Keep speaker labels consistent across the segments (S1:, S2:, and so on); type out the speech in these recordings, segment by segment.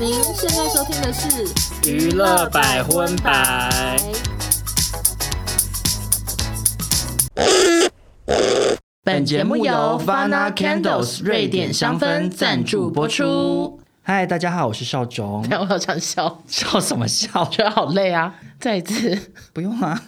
S1: 您现在收听的是《
S2: 娱乐百分百》。
S3: 本节目由 Fana Candles 瑞典香氛赞助播出。
S2: 嗨，大家好，我是少总。
S3: 但哎我好想 笑，
S2: 笑什么笑
S3: 我？觉得好累啊！再一次，
S2: 不用啊。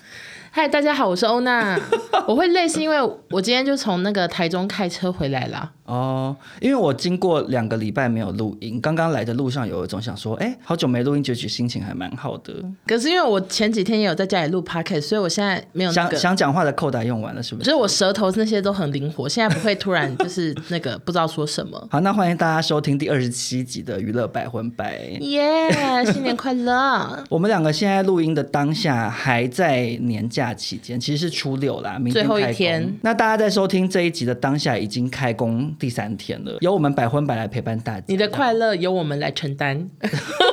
S3: 嗨，大家好，我是欧娜。 我会累是因为我今天就从那个台中开车回来啦。
S2: 哦，因为我经过两个礼拜没有录音，刚刚来的路上有一种想说，哎，好久没录音，觉得心情还蛮好的。
S3: 可是因为我前几天也有在家里录 podcast，所以我现在没有那
S2: 想
S3: 个，
S2: 想讲话的扣打用完了是不？
S3: 就是是我舌头那些都很灵活，现在不会突然就是那个不知道说什 么。
S2: 好，那欢迎大家收听第二十七集的娱乐百分百。
S3: 耶、新年快乐！
S2: 我们两个现在录音的当下还在年假期间，其实是初六啦，明天
S3: 最后一
S2: 开工
S3: 天。
S2: 那大家在收听这一集的当下已经开工第三天了，由我们百分百来陪伴大家。
S3: 你的快乐由我们来承担，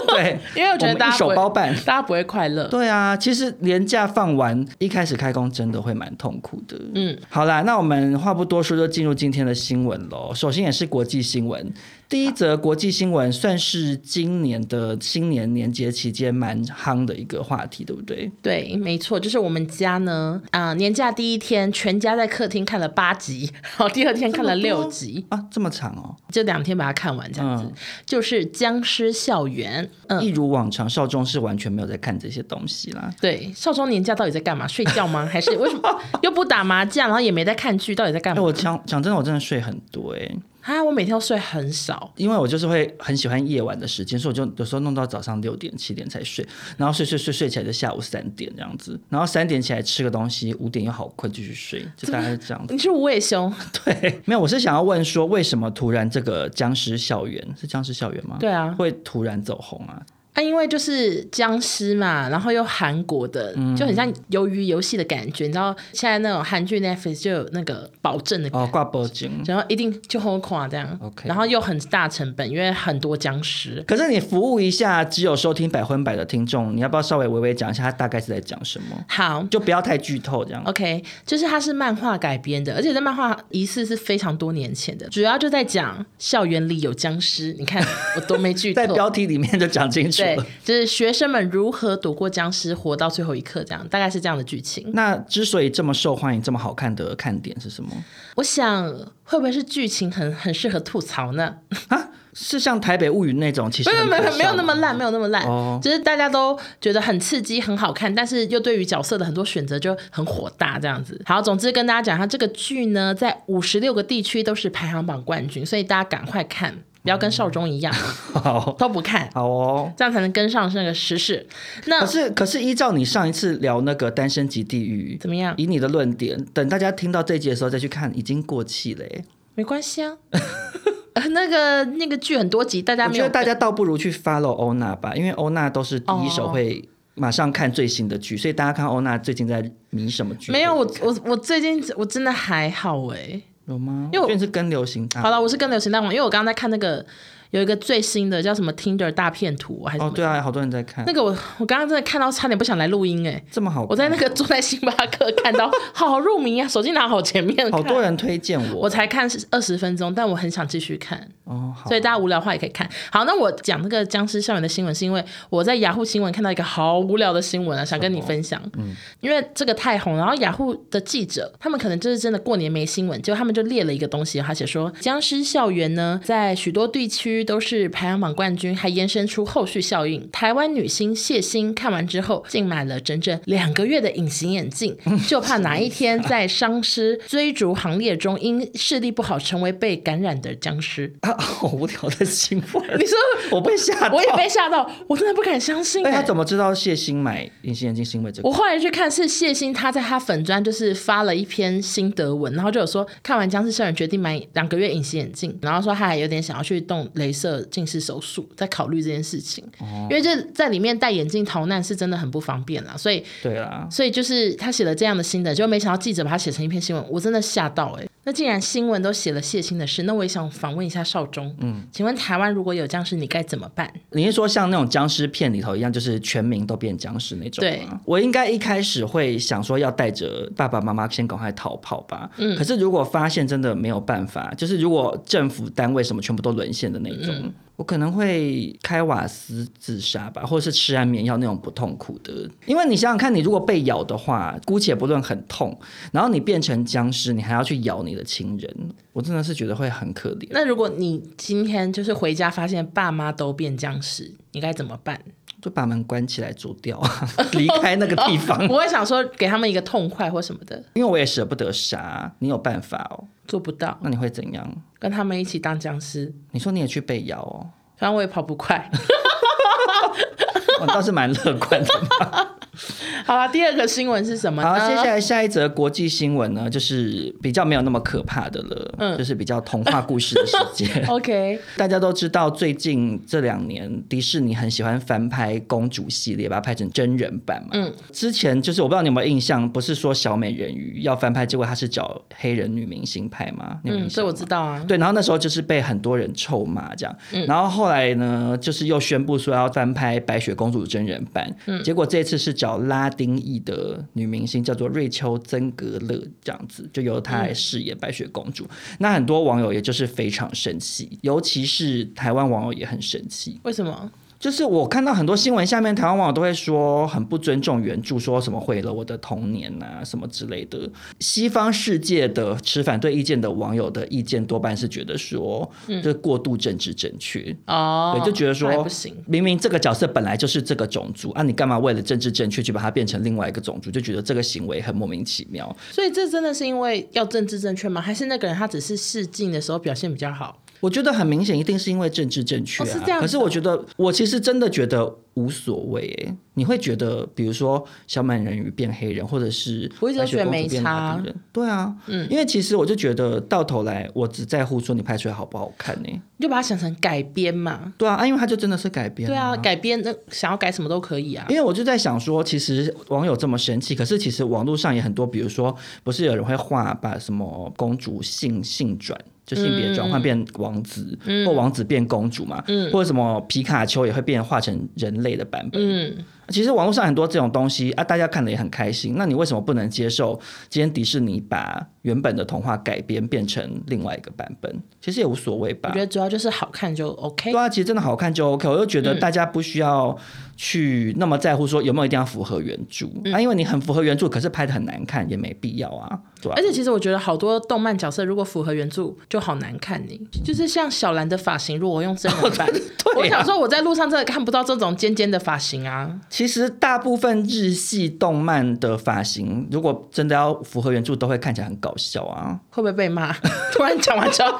S2: 对，
S3: 因为我觉得
S2: 们
S3: 大家
S2: 一
S3: 不
S2: 手
S3: 会
S2: 包办。
S3: 大家不会快乐。
S2: 对啊，其实年假放完，一开始开工真的会蛮痛苦的。
S3: 嗯，
S2: 好啦，那我们话不多说，就进入今天的新闻喽。首先也是国际新闻，第一则国际新闻算是今年的新年年节期间蛮夯的一个话题，对不对？
S3: 对，没错，就是我们家呢，啊、年假第一天，全家在客厅看了八集，然后第二天看了六集，
S2: 啊，这么长哦。
S3: 这两天把它看完，这样子、
S2: 嗯
S3: 就是《僵尸校园》。
S2: 一
S3: 嗯，
S2: 如往常，少中是完全没有在看这些东西啦。
S3: 对，少中年假到底在干嘛？睡觉吗？还是为什 么又不打麻将，然后也没在看剧，到底在干
S2: 哎、
S3: 嘛？
S2: 我讲讲真的，我真的睡很多哎、
S3: 啊，我每天都睡很少，
S2: 因为我就是会很喜欢夜晚的时间，所以我就有时候弄到早上六点七点才睡，然后睡睡睡睡起来就下午三点这样子，然后三点起来吃个东西，五点又好困继续睡，就大概是这样子。
S3: 你是无尾熊？
S2: 对，没有，我是想要问说，为什么突然这个僵尸校园是僵尸校园吗？
S3: 对啊
S2: 会突然走红啊？
S3: 啊，因为就是僵尸嘛，然后又韩国的，
S2: 嗯
S3: 就很像鱿鱼游戏的感觉。你知道现在那种韩剧 Netflix 就有那个保证的感觉。
S2: 哦，挂脖颈。
S3: 然后一定就很垮这样
S2: OK
S3: 然后又很大成本，因为很多僵尸。
S2: 可是你服务一下只有收听百分百的听众，你要不要稍微微微讲一下他大概是在讲什么？
S3: 好
S2: 就不要太剧透这样。
S3: ，OK，就是它是漫画改编的，而且这漫画疑似是非常多年前的，主要就在讲校园里有僵尸。你看我都没剧透
S2: 在，标题里面就讲清楚
S3: 对
S2: 了。，
S3: 就是学生们如何躲过僵尸，活到最后一刻，这样大概是这样的剧情。
S2: 那之所以这么受欢迎、这么好看的看点是什么？
S3: 我想会不会是剧情很很适合吐槽呢？
S2: 是像《台北物语》那种，其实
S3: 没有
S2: 很
S3: 没
S2: 可
S3: 有
S2: 笑
S3: 没有那么烂，没有那么烂，
S2: 哦
S3: 就是大家都觉得很刺激、很好看，但是又对于角色的很多选择就很火大这样子。好，总之跟大家讲一下，它这个剧呢，在五十六个地区都是排行榜冠军，所以大家赶快看，不要跟少中 一样、
S2: 好
S3: 都不看，
S2: 好哦。
S3: 这样才能跟上那个时事。
S2: 可
S3: 那
S2: 是可是，依照你上一次聊那个《单身级地狱
S3: 怎》，么样？
S2: 以你的论点，等大家听到这一集的时候再去看，已经过气了耶。
S3: 没关系 啊。呃那个那个剧很多集，大家
S2: 我
S3: 没
S2: 觉
S3: 有
S2: 得大家倒不如去 follow 欧娜吧，因为欧娜都是第一手
S3: 哦
S2: 会马上看最新的剧，所以大家看欧娜最近在迷什么剧？
S3: 没有我我我最近我真的还好哎、
S2: 有吗？
S3: 因为我
S2: 因为是跟流行啊大
S3: 好了，我是跟流行大王，因为我刚刚在看那个有一个最新的叫什么 Tinder 大片图还是什
S2: 哦，
S3: 么，
S2: 对啊，好多人在看
S3: 那，个我我刚刚真的看到差点不想来录音哎、
S2: 这么好看，
S3: 我在那个坐在星巴克看到 好入迷啊，手机拿好前面看
S2: 好多人推荐我，
S3: 我才看二十分钟，但我很想继续看，
S2: 哦，好
S3: 所以大家无聊的话也可以看。好，那我讲那个僵尸校园的新闻，是因为我在雅虎新闻看到一个好无聊的新闻啊，想跟你分享。嗯，因为这个太红，然后雅虎的记者他们可能就是真的过年没新闻，结果他们就列了一个东西，他写说僵尸校园呢，在许多地区都是排行榜冠军，还延伸出后续效应。台湾女星谢欣看完之后，竟买了整整两个月的隐形眼镜， 就怕哪一天在丧尸追逐行列中，因视力不好成为被感染的僵尸。
S2: 啊， 好无聊的新闻，
S3: 你说
S2: 我被吓到，
S3: 我也被吓到，我真的不敢相信、
S2: 哎，
S3: 欸
S2: 他。怎么知道谢欣买隐形眼镜是因为这个？
S3: 我后来去看是谢欣，他在他粉专就是发了一篇心得文，然后就有说看完《僵尸校园》决定买两个月隐形眼镜，然后说他还有点想要去动镭射近视手术，在考虑这件事情，
S2: 哦
S3: 因为这在里面戴眼镜逃难是真的很不方便啦，所以
S2: 对啊啦，
S3: 所以就是他写了这样的心得，就没想到记者把它写成一篇新闻，我真的吓到哎、欸那既然新闻都写了谢欣的事，那我也想访问一下少中，嗯，请问台湾如果有僵尸，你该怎么办？
S2: 你是说像那种僵尸片里头一样，就是全民都变僵尸那种吗？
S3: 对
S2: 我应该一开始会想说要带着爸爸妈妈先赶快逃跑吧。可是如果发现真的没有办法，就是如果政府单位什么全部都沦陷的那种。我可能会开瓦斯自杀吧，或者是吃安眠药那种不痛苦的。因为你想想看，你如果被咬的话，姑且不论很痛，然后你变成僵尸，你还要去咬你的亲人，我真的是觉得会很可怜。
S3: 那如果你今天就是回家发现爸妈都变僵尸，你该怎么办？
S2: 就把门关起来煮掉 啊，离开那个地方，
S3: 我会想说给他们一个痛快或什么的，
S2: 因为我也舍不得杀。你有办法哦？
S3: 做不到，
S2: 那你会怎样？
S3: 跟他们一起当僵尸，
S2: 你说你也去被咬哦？
S3: 反正我也跑不快。
S2: 我哦倒是蛮乐观的。
S3: 好了，第二个新闻是什么呢？
S2: 好，接下来下一则国际新闻呢，就是比较没有那么可怕的了，
S3: 嗯
S2: 就是比较童话故事的世界。
S3: OK，
S2: 大家都知道，最近这两年迪士尼很喜欢翻拍公主系列，把它拍成真人版嘛。
S3: 嗯，
S2: 之前就是我不知道你有没有印象，不是说小美人鱼要翻拍，结果她是找黑人女明星拍吗？你有
S3: 嗯，
S2: 印
S3: 这
S2: 象
S3: 我
S2: 吗
S3: 知道啊。
S2: 对，然后那时候就是被很多人臭骂这样，然后后来呢，就是又宣布说要翻拍《白雪公主》真人版，结果这次是找拉丁裔的女明星叫做瑞秋·曾格勒这样子，就由她来饰演白雪公主。那很多网友也就是非常生气，尤其是台湾网友也很生气，
S3: 为什么？
S2: 就是我看到很多新闻下面台湾网友都会说很不尊重原著，说什么毁了我的童年啊什么之类的。西方世界的持反对意见的网友的意见多半是觉得说，这过度政治正确。
S3: 嗯哦，
S2: 对，就觉得说
S3: 还不行。
S2: 明明这个角色本来就是这个种族啊，你干嘛为了政治正确去把它变成另外一个种族？就觉得这个行为很莫名其妙。
S3: 所以这真的是因为要政治正确吗？还是那个人他只是试镜的时候表现比较好？
S2: 我觉得很明显，一定是因为政治正确、
S3: 哦
S2: 啊
S3: 是这样子哦
S2: 可是我觉得，我其实真的觉得无所谓、欸。你会觉得，比如说小美人鱼变黑人，或者是
S3: 我一直都觉得
S2: 白雪公主变
S3: 没差
S2: 拉丁人，对啊，嗯，因为其实我就觉得到头来，我只在乎说你拍出来好不好看呢、欸
S3: 你就把它想成改编嘛。
S2: 对啊，啊，因为它就真的是改编、
S3: 对啊，改编那想要改什么都可以啊
S2: 因。为我就在想说，其实网友这么生气，可是其实网络上也很多，比如说，不是有人会画把什么公主性性转。就性别转换变王子，或王子变公主嘛，或者什么皮卡丘也会变化成人类的版本。
S3: 嗯，
S2: 其实网络上很多这种东西啊，大家看了也很开心。那你为什么不能接受今天迪士尼把原本的童话改编变成另外一个版本？其实也无所谓吧。
S3: 我觉得主要就是好看就 OK
S2: 对。啊，其实真的好看就 OK。我就觉得
S3: 嗯
S2: 大家不需要去那么在乎说有没有一定要符合原著、
S3: 嗯
S2: 啊，因为你很符合原著，可是拍的很难看也没必要啊，对吧、
S3: 而且其实我觉得好多动漫角色如果符合原著就好难看呢，就是像小兰的发型，如果我用真人版，
S2: 对
S3: 我
S2: 啊
S3: 想说我在路上真的看不到这种尖尖的发型啊。
S2: 其实大部分日系动漫的发型，如果真的要符合原著，都会看起来很搞笑啊。
S3: 会不会被骂？ 突然讲完之后，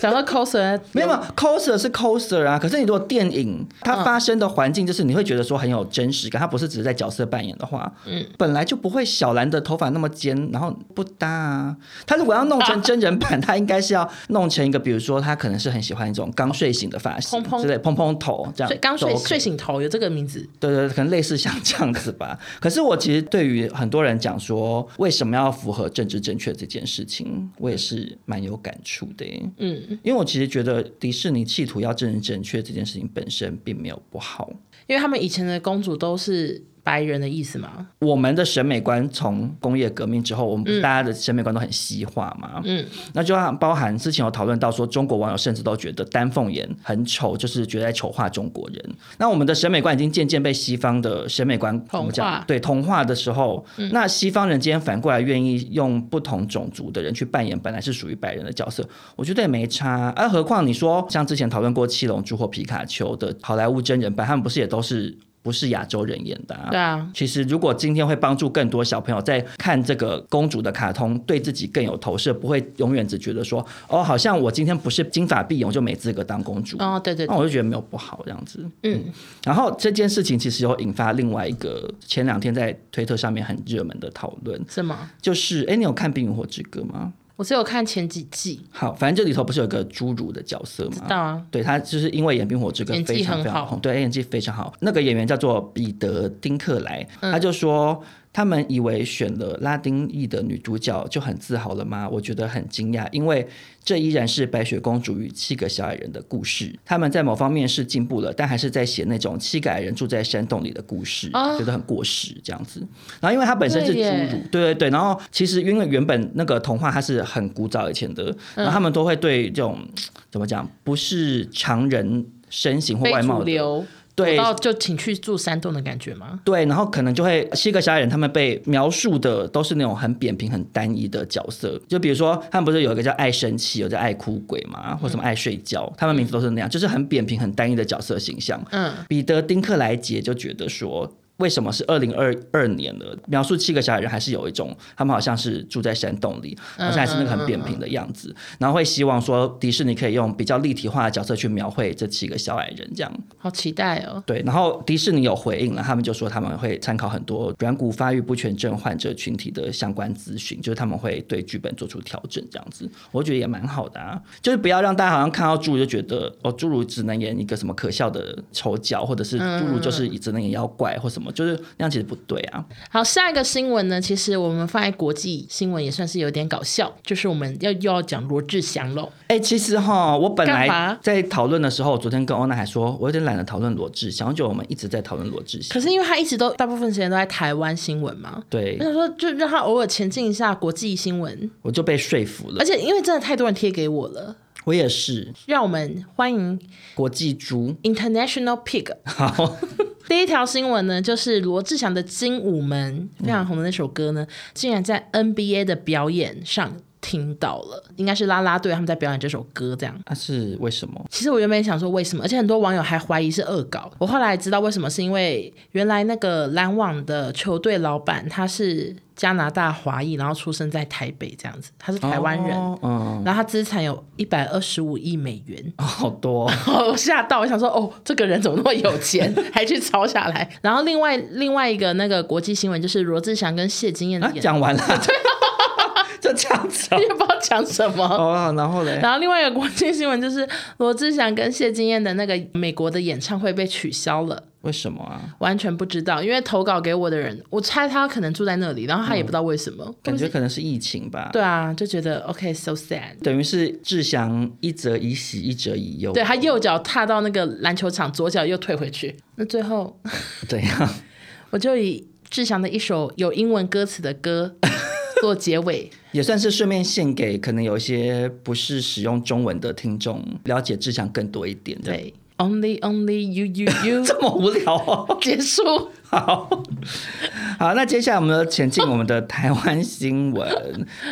S3: 讲到 coser，
S2: 没有没有，coser 是 coser 啊，可是你如果电影它发生的环境就是你会觉得说很有真实感，它不是只是在角色扮演的话，嗯，本来就不会小兰的头发那么尖，然后不搭啊。他如果要弄成真人版，他应该是要弄成一个，比如说他可能是很喜欢一种刚睡醒的发型，
S3: 蓬蓬
S2: 之类，蓬蓬头这样，
S3: 所以刚睡
S2: 都 OK
S3: 睡醒头有这个名字，
S2: 对对，对可能类似像这样子吧。可是我其实对于很多人讲说为什么要符合政治正确这件事情，我也是蛮有感触的耶。
S3: 嗯，
S2: 因为我其实觉得迪士尼企图要政治正确这件事情本身并没有不好。
S3: 因为他们以前的公主都是白人的意思嘛。
S2: 我们的审美观从工业革命之后，我们不是大家的审美观都很西化嘛，
S3: 嗯，
S2: 那就像包含之前有讨论到说，中国网友甚至都觉得丹凤眼很丑，就是觉得在丑化中国人。那我们的审美观已经渐渐被西方的审美观
S3: 同
S2: 怎么讲
S3: 化？嗯
S2: 对，同化的时候，那西方人今天反过来愿意用不同种族的人去扮演本来是属于白人的角色，我觉得也没差啊。啊何况你说像之前讨论过《七龙珠》或皮卡丘的好莱坞真人版，他们不是也都是不是亚洲人演的、啊？
S3: 对啊，
S2: 其实，如果今天会帮助更多小朋友在看这个公主的卡通，对自己更有投射，不会永远只觉得说，哦，好像我今天不是金发碧眼，我就没资格当公主。
S3: 哦，对对
S2: 那
S3: 对，
S2: 我就觉得没有不好这样子。
S3: 嗯，
S2: 然后这件事情其实有引发另外一个前两天在推特上面很热门的讨论，
S3: 什么？
S2: 就是，哎，你有看《冰与火之歌》吗？
S3: 我只有看前几季，
S2: 好，反正这里头不是有个侏儒的角色吗？
S3: 知道啊。
S2: 对他就是因为演《冰火之歌
S3: 演》技
S2: 非常
S3: 很
S2: 非常
S3: 好
S2: 红，对演技非常好。那个演员叫做彼得·丁克莱，他就说他们以为选了拉丁裔的女主角就很自豪了吗？我觉得很惊讶，因为这依然是《白雪公主与七个小矮人》的故事。他们在某方面是进步了，但还是在写那种七个矮人住在山洞里的故事，
S3: 啊
S2: 觉得很过时这样子。然后因为他本身是
S3: 对
S2: 侏
S3: 耶
S2: 儒，对对对，然后其实因为原本那个童话它是
S3: 嗯
S2: 很古早以前的，然后他们都会对这种怎么讲，不是常人身形或
S3: 非
S2: 外貌
S3: 主
S2: 的
S3: 流，
S2: 对
S3: 走到就请去住山洞的感觉吗？
S2: 对，然后可能就会七个小矮人，他们被描述的都是那种很扁平、很单一的角色。就比如说，他们不是有一个叫爱生气，有叫爱哭鬼嘛，或什
S3: 嗯
S2: 么爱睡觉，他们名字都是那样，就是很扁平、很单一的角色形象。
S3: 嗯，
S2: 彼得·丁克莱杰就觉得说。为什么是二零二二年了？描述七个小矮人还是有一种，他们好像是住在山洞里，好像还是那个很扁平的样子，然后会希望说迪士尼可以用比较立体化的角色去描绘这七个小矮人这样。
S3: 好期待哦。
S2: 对，然后迪士尼有回应了，他们就说他们会参考很多软骨发育不全症患者群体的相关咨询，就是他们会对剧本做出调整，这样子，我觉得也蛮好的啊，就是不要让大家好像看到侏儒就觉得哦，侏儒只能演一个什么可笑的丑角，或者是
S3: 嗯
S2: 侏儒就是只能演妖怪或什么，就是那样其实不对啊。
S3: 好，下一个新闻呢，其实我们放在国际新闻也算是有点搞笑，就是我们要又要讲罗志祥喽。
S2: 哎、其实哈，我本
S3: 干嘛
S2: 来在讨论的时候，昨天跟欧娜还说，我有点懒得讨论罗志祥，我觉得我们一直在讨论罗志祥，
S3: 可是因为他一直都大部分时间都在台湾新闻嘛，
S2: 对
S3: 我，想说就让他偶尔前进一下国际新闻，
S2: 我就被说服了
S3: 而，且因为真的太多人贴给我了，
S2: 我也是
S3: 让我们欢迎
S2: 国际猪，
S3: International Pig。
S2: 好。
S3: 第一条新闻呢，就是罗志祥的《精武门》非常红的那首歌呢，竟然在 NBA 的表演上听到了，应该是啦啦队他们在表演这首歌这样。
S2: 那、啊是为什么？
S3: 其实我原本想说为什么，而且很多网友还怀疑是恶搞。我后来知道为什么，是因为原来那个篮网的球队老板他是加拿大华裔，然后出生在台北这样子，他是台湾人，
S2: 哦嗯，
S3: 然后他资产有一百二十五亿美元。
S2: 哦好 多哦、
S3: 我吓到，我想说，哦，这个人怎么那么有钱， 还去抄下来。然后另外另外一个那个国际新闻就是罗志祥跟谢金燕的
S2: 啊，
S3: 演，
S2: 讲 完了， 就这样子哦
S3: 也不知道讲什么。
S2: 哦。然后嘞，
S3: 然后另外一个国际新闻就是罗志祥跟谢金燕的那个美国的演唱会被取消了。
S2: 为什么啊？
S3: 完全不知道，因为投稿给我的人，我猜他可能住在那里，然后他也不知道为什么，
S2: 嗯感
S3: 会不会
S2: 觉哦
S3: 是
S2: 可能是疫情吧。，
S3: 对啊，就觉得 OK so sad。
S2: 等于是志祥一则以喜，一则以忧。
S3: 对他右脚踏到那个篮球场，左脚又退回去。那最后，
S2: 对啊，
S3: 我就以志祥的一首有英文歌词的歌做结 尾。
S2: 也算是顺便献给可能有一些不是使用中文的听众，了解志祥更多一点。这样，
S3: 对，Only Only You You You
S2: 这么无聊哦。
S3: 结束。
S2: 好好，那接下来我们要前进我们的台湾新闻。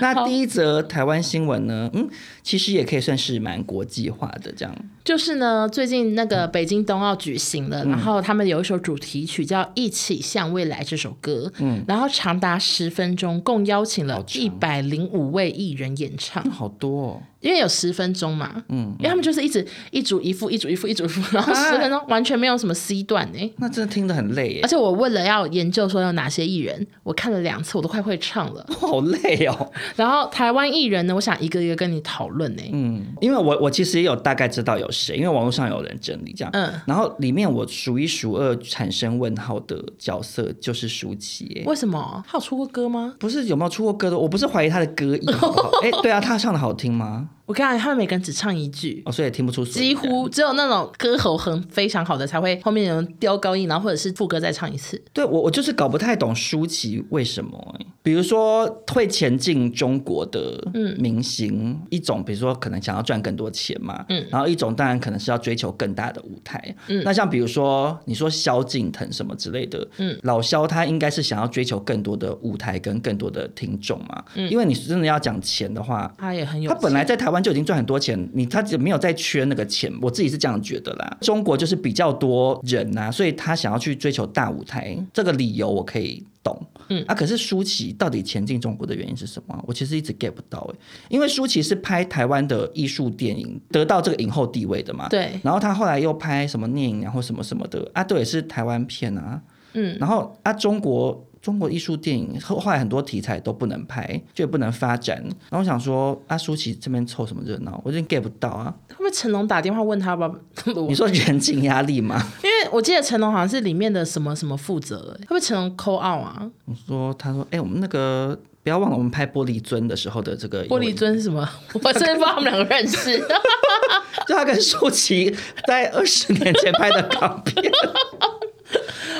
S2: 那第一则台湾新闻呢，嗯，其实也可以算是蛮国际化的这样。
S3: 就是呢，最近那个北京冬奥举行了，然后他们有一首主题曲叫《一起向未来》这首歌，嗯，然后长达十分钟，共邀请了
S2: 好长
S3: 一百零五位艺人演唱，
S2: 好多、哦，
S3: 因为有十分钟嘛，嗯，因为他们就是一直一组一副，一组一副，一组一 副，然后
S2: 啊
S3: 十分钟完全没有什么 C 段哎、
S2: 那真的听得很累耶
S3: 而，且我为了要研究说有哪些艺人，我看了两次，我都快会唱 了。
S2: 好累哦。
S3: 然后台湾艺人呢，我想一个一个跟你讨论欸呢、
S2: 嗯，因为我我其实也有大概知道有谁，因为网络上有人整理这样。
S3: 嗯，
S2: 然后里面我数一数二产生问号的角色就是舒淇耶。
S3: 为什么？他有出过歌吗？
S2: 不是有没有出过歌的？我不是怀疑他的歌艺 好不好。哎、对啊，他唱的好听吗？
S3: 我跟你讲，他们每个人只唱一句，
S2: 哦，所以也听不出所以
S3: 几
S2: 然。
S3: 乎只有那种歌喉很非常好的才会后面有人飙高音，然后或者是副歌再唱一次。
S2: 对我，我就是搞不太懂舒淇为什么、欸。比如说会前进中国的明星，一种比如说可能想要赚更多钱嘛，嗯，然后一种当然可能是要追求更大的舞台，嗯，那像比如说你说萧敬腾什么之类的，嗯，老萧他应该是想要追求更多的舞台跟更多的听众嘛，嗯，因为你真的要讲钱的话，
S3: 他也很有
S2: 他
S3: 钱，
S2: 本来在台湾就已经赚很多钱，你他只没有在缺那个钱，我自己是这样觉得啦。中国就是比较多人呐、所以他想要去追求大舞台，这个理由我可以懂。嗯啊，可是舒淇到底前进中国的原因是什么啊？我其实一直 get 不到哎、因为舒淇是拍台湾的艺术电影得到这个影后地位的嘛，
S3: 对
S2: 然后他后来又拍什么《聂隐娘》或什么什么的啊，对，是台湾片啊。嗯，然后啊，中国中国艺术电影后后来很多题材都不能拍，就也不能发展。然后我想说，啊，舒淇这边凑什么热闹？我有点 get 不到啊。
S3: 会不会成龙打电话问他吧？
S2: 你说人情压 力吗？
S3: 因为我记得成龙好像是里面的什么什么负责、欸，会不会成龙扣 out 啊？
S2: 我说，他说，哎、我们那个不要忘了，我们拍《玻璃樽》的时候的这个
S3: 玻璃，樽是什么？我真的不知道他们两个认 识。
S2: 就他跟舒淇在二十年前拍的港 片。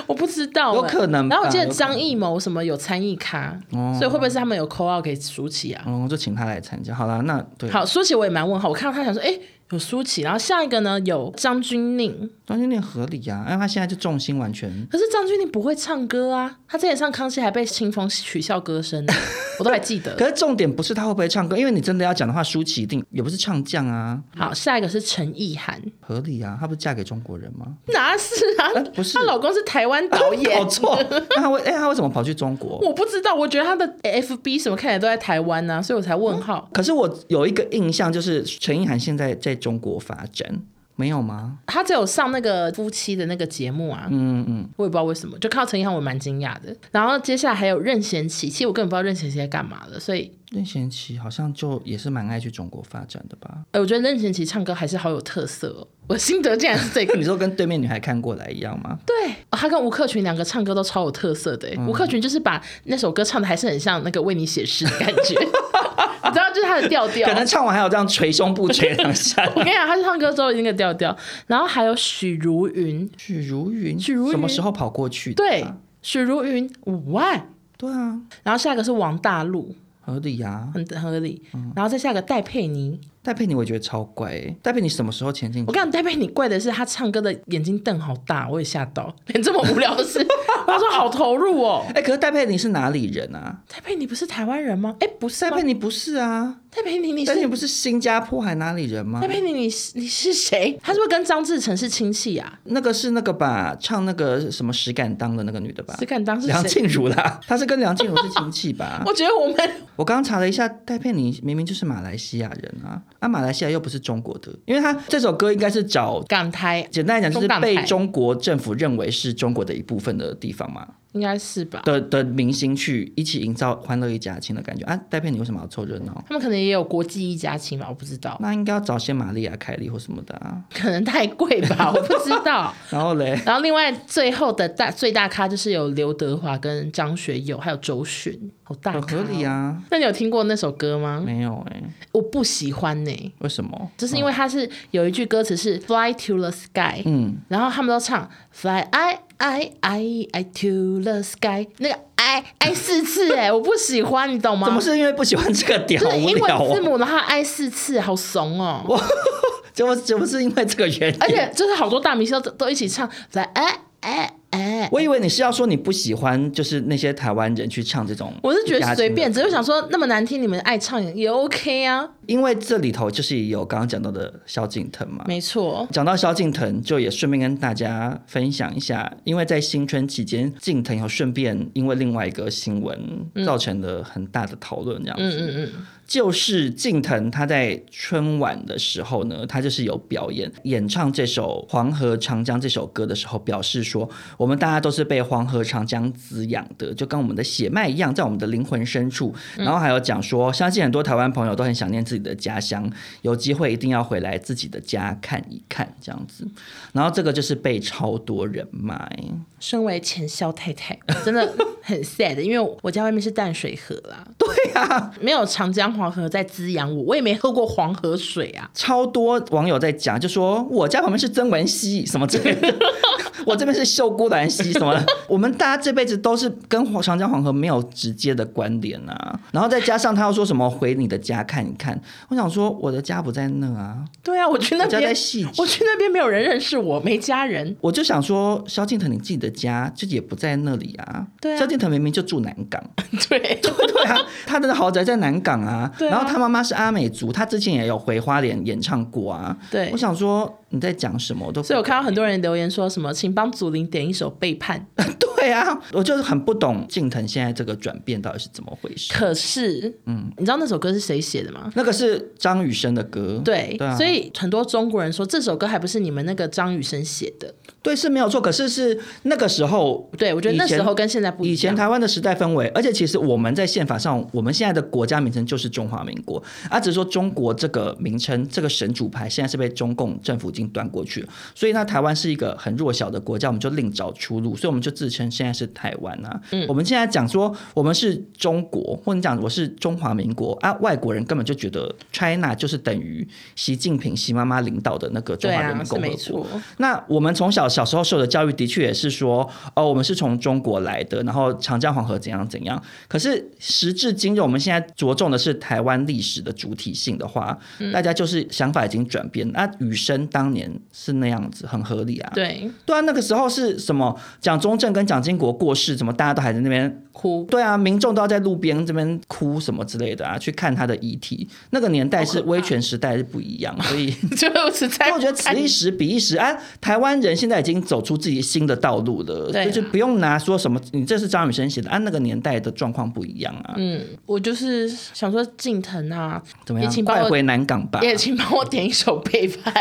S3: 我不知道欸、
S2: 有可能吧
S3: 然后我记得
S2: 有可能哦
S3: 张艺谋什么有参与咖，所以会不会是他们有 call out 给舒淇啊？
S2: 嗯，我就请他来参加。好啦，那对，
S3: 好，舒淇我也蛮问号，我看到他想说，哎、有舒淇，然后下一个呢有张钧甯，
S2: 张钧甯合理呀、因为他现在就重心完全。
S3: 可是张钧甯不会唱歌啊，他之前上康熙还被清风取笑歌声呢， 我都还记得。
S2: 可是重点不是他会不会唱歌，因为你真的要讲的话，舒淇一定也不是唱将啊，
S3: 好，下一个是陈意涵，
S2: 合理啊，她不是嫁给中国人吗？
S3: 哪是啊？
S2: 呃不是哦
S3: 她老公是台湾导
S2: 搞
S3: 演。
S2: 错，那她为哎、她为什么跑去中国？
S3: 我不知道，我觉得他的 FB 什么看起来都在台湾呢、所以我才问号。
S2: 可是我有一个印象，就是陈意涵现在在中国发展，没有吗？
S3: 他只有上那个夫妻的那个节目啊，
S2: 嗯嗯，
S3: 我也不知道为什么，就看到陈意涵我蛮惊讶的。然后接下来还有任贤齐，其实我根本不知道任贤齐在干嘛的，所以
S2: 任贤齐好像就也是蛮爱去中国发展的吧？
S3: 哎、我觉得任贤齐唱歌还是好有特色哦。我的心得竟然是这个
S2: 你。说跟对面女孩看过来一样吗？
S3: 对、哦他跟吴克群两个唱歌都超有特色的、欸
S2: 嗯
S3: 吴克群就是把那首歌唱的还是很像那个为你写诗的感 觉，你知道，就是他的调调。
S2: 可能唱完还有这样捶胸部捶 两下。
S3: 我跟你讲，他唱歌之后已经个调调，然后还有许茹芸，
S2: 许茹芸，
S3: 许茹芸
S2: 什么时候跑过去的
S3: 对
S2: 啊？，
S3: 许茹芸五万，
S2: 对啊，
S3: 然后下一个是王大陆，
S2: 合理呀、啊。
S3: 很很合理，然后再下一个戴佩妮，
S2: 戴佩妮我也觉得超怪、欸，戴佩妮什么时候前进？
S3: 我跟你讲，戴佩妮怪的是她唱歌的眼睛瞪好大，我也吓到，连这么无聊的 事，我说好投入哦。
S2: 哎、可是戴佩妮是哪里人啊？
S3: 戴佩妮不是台湾人吗？哎，不是
S2: 戴
S3: 吗
S2: 佩妮不是啊，
S3: 戴佩妮，你
S2: 戴佩妮
S3: 是
S2: 不是新加坡还哪里人吗
S3: 戴？佩妮，你是你是谁？她是不是跟张志成是亲戚啊呀、
S2: 那个是那个吧，唱那个什么石敢当的那个女的吧
S3: 啊？？只敢当是
S2: 梁
S3: 谁？？
S2: 静啊茹啦，她是跟梁静茹是亲戚吧
S3: 我觉得我们
S2: 我刚刚查了一下，戴佩妮明明就是马来西亚人啊，啊，马来西亚又不是中国的，因为她这首歌应该是找，
S3: 港台
S2: 简单来讲就
S3: 中
S2: 是
S3: 港台
S2: 被中国政府认为是中国的一部分的地方嘛，
S3: 应该是吧？
S2: 的的明星去一起营造欢乐一家亲的感觉啊，戴佩妮为什么要凑热闹？
S3: 他们可能也有国际一家亲吧，我不知道，
S2: 那应该要找些玛丽亚凯莉或什么的啊，
S3: 可能太贵吧，我不知道。
S2: 然后嘞，
S3: 然后另外最后的大最大咖就是有刘德华跟张学友，还有周迅， 好大咖、哦
S2: 很合理！啊，
S3: 那你有听过那首歌吗？
S2: 没有哎、
S3: 我不喜欢呢、
S2: 为什么？
S3: 就是因为它是有一句歌词是 “Fly to the sky”，、
S2: 嗯，
S3: 然后他们都唱 “Fly I I I I to the sky”，那个 I I 四次哎、 我不喜欢，你懂吗？
S2: 怎么是因为不喜欢这个点？
S3: 就
S2: 好
S3: 是
S2: 无
S3: 英
S2: 聊
S3: 文字
S2: 哦，
S3: 母，然后 I 四次，好怂哦、
S2: 怎么怎么是因为这个原因？
S3: 而且就是好多大明星都都一起唱 “Fly I I I”。
S2: 我以为你是要说你不喜欢，就是那些台湾人去唱这种，
S3: 我是觉得随便，只是想说那么难听，你们爱唱也 OK 啊。
S2: 因为这里头就是有刚刚讲到的萧敬腾嘛。
S3: 没错，
S2: 讲到萧敬腾，就也顺便跟大家分享一下，因为在新春期间，敬腾有顺便因为另外一个新闻造成了很大的讨论，这样子。
S3: 嗯嗯嗯，
S2: 就是敬腾他在春晚的时候呢，他就是有表演演唱这首《黄河长江》这首歌的时候，表示说我们大家都是被黄河长江滋养的，就跟我们的血脉一样，在我们的灵魂深处。然后还有讲说，相信很多台湾朋友都很想念自己的家乡，有机会一定要回来自己的家看一看这样子。然后这个就是被超多人骂、欸
S3: 身为前萧太太，真的很 sad，因为我家外面是淡水河啦。对啊，没有长江黄河在滋养我，我也没喝过黄河水啊。
S2: 超多网友在讲，就说我家旁边是曾文溪什么之 类的，我这边是秀姑兰溪什么的。我们大家这辈子都是跟黄长江黄河没有直接的关联啊。然后再加上他又说什么回你的家看一看，我想说我的家不在那啊，
S3: 对啊，我去那
S2: 我家在
S3: 边，
S2: 戏
S3: 我
S2: 子。
S3: 去那边没有人认识我，没家人。
S2: 我就想说，萧敬腾，你自己的家就也不在那里啊。
S3: 对啊
S2: 萧敬腾明明就住南港，
S3: 对，
S2: 对啊，他的豪宅在南港啊。
S3: 对啊
S2: 然后他妈妈是阿美族，他之前也有回花莲演唱过啊。
S3: 对
S2: 我想说你在讲什么，我都 不
S3: 所以我看到很多人留言说什么，请帮祖林点一首《背叛》。
S2: 对啊，我就是很不懂敬腾现在这个转变到底是怎么回 事。
S3: 可是，嗯，你知道那首歌是谁写的吗？
S2: 那个是张雨生的歌，
S3: 对，
S2: 对啊，
S3: 所以很多中国人说这首歌还不是你们那个张雨生写的。
S2: 对是没有错，可是是那个时候。
S3: 对，我觉得那
S2: 以前
S3: 时候跟现在不一样。
S2: 以前台湾的时代氛围，而且其实我们在宪法上，我们现在的国家名称就是中华民国，啊，只是说中国这个名称，这个神主牌现在是被中共政府经端过去了。所以那台湾是一个很弱小的国家，我们就另找出路，所以我们就自称现在是台湾啊。
S3: 嗯
S2: 我们现在讲说我们是中国，或者讲我是中华民国啊，外国人根本就觉得 China 就是等于习近平、习妈妈领导的那个中
S3: 对
S2: 华人
S3: 啊，
S2: 民
S3: 是
S2: 共和
S3: 没
S2: 国。
S3: 错。
S2: 那我们从小小时候受的教育的确也是说，哦，我们是从中国来的，然后长江黄河怎样怎样。可是时至今日，我们现在着重的是台湾历史的主体性的话，大家就是想法已经转变。那雨生当年是那样子，很合理啊。
S3: 对，
S2: 对啊，那个时候是什么？蒋中正跟蒋经国过世，怎么大家都还在那边
S3: 哭。
S2: 对啊，民众都要在路边这边哭什么之类的啊，去看他的遗体。那个年代是威权时代是不一样，所以。
S3: 就是
S2: 因
S3: 在
S2: 为我觉得此一时彼一时，啊，台湾人现在已经走出自己新的道路了，
S3: 对啊
S2: 就是不用拿说什么你这是张雨生写的，按、啊那个年代的状况不一样啊，
S3: 嗯，我就是想说近藤啊，
S2: 怎么
S3: 也
S2: 样？
S3: 请帮
S2: 快
S3: 我
S2: 回南港 吧。
S3: 也请帮我点一首《背 叛》。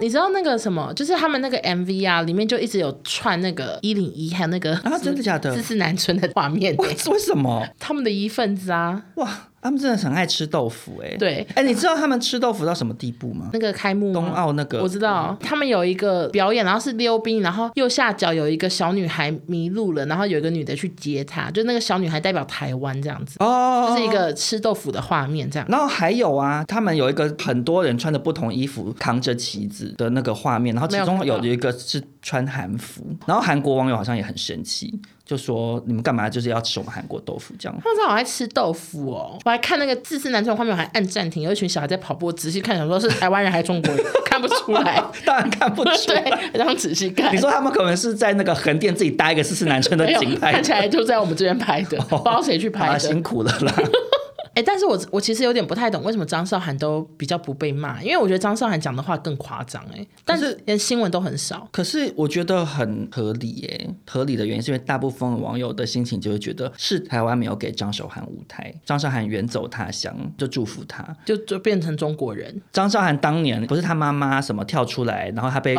S3: 你知道那个什么，就是他们那个 MV 啊，里面就一直有串那个一零一，还有那个
S2: 啊，真的假的
S3: 四？四南村的画面、
S2: 为为什么？
S3: 他们的一份子啊，
S2: 哇，他们真的很爱吃豆腐哎、
S3: 对
S2: 哎、你知道他们吃豆腐到什么地步吗？
S3: 那个开幕吗
S2: 冬奥那个
S3: 我知道他们有一个表演，然后是溜冰，然后右下角有一个小女孩迷路了，然后有一个女的去接她，就那个小女孩代表台湾这样子，
S2: 哦，
S3: 就是一个吃豆腐的画面这样。
S2: 然后还有啊，他们有一个很多人穿着不同衣服扛着旗子的那个画面，然后其中
S3: 没有看
S2: 有
S3: 到
S2: 一个是穿韩服，然后韩国网友好像也很生气，就说你们干嘛就是要吃我们韩国豆腐这样。
S3: 他们真的好爱吃豆腐哦！我还看那个自私男村的画面，我还按暂停，有一群小孩在跑步，我仔细看，想说是台湾人还是中国人， 看不出来。
S2: 当然看不出
S3: 对
S2: 来，，
S3: 然后仔细看，
S2: 你说他们可能是在那个横店自己搭一个四四男生的
S3: 没有
S2: 景哦拍，
S3: 看起 来就在我们这边拍的，不知道谁去
S2: 好
S3: 拍
S2: 啦
S3: 的
S2: 辛。苦了啦。
S3: 哎、但是我我其实有点不太懂，为什么张韶涵都比较不被骂？因为我觉得张韶涵讲的话更夸张哎，但是连新闻都很少。
S2: 可是我觉得很合理耶，合理的原因是因为大部分网友的心情就会觉得是台湾没有给张韶涵舞台，张韶涵远走他乡，就祝福她。
S3: 就就变成中国人，
S2: 张韶涵当年不是她妈妈什么跳出来，然后她被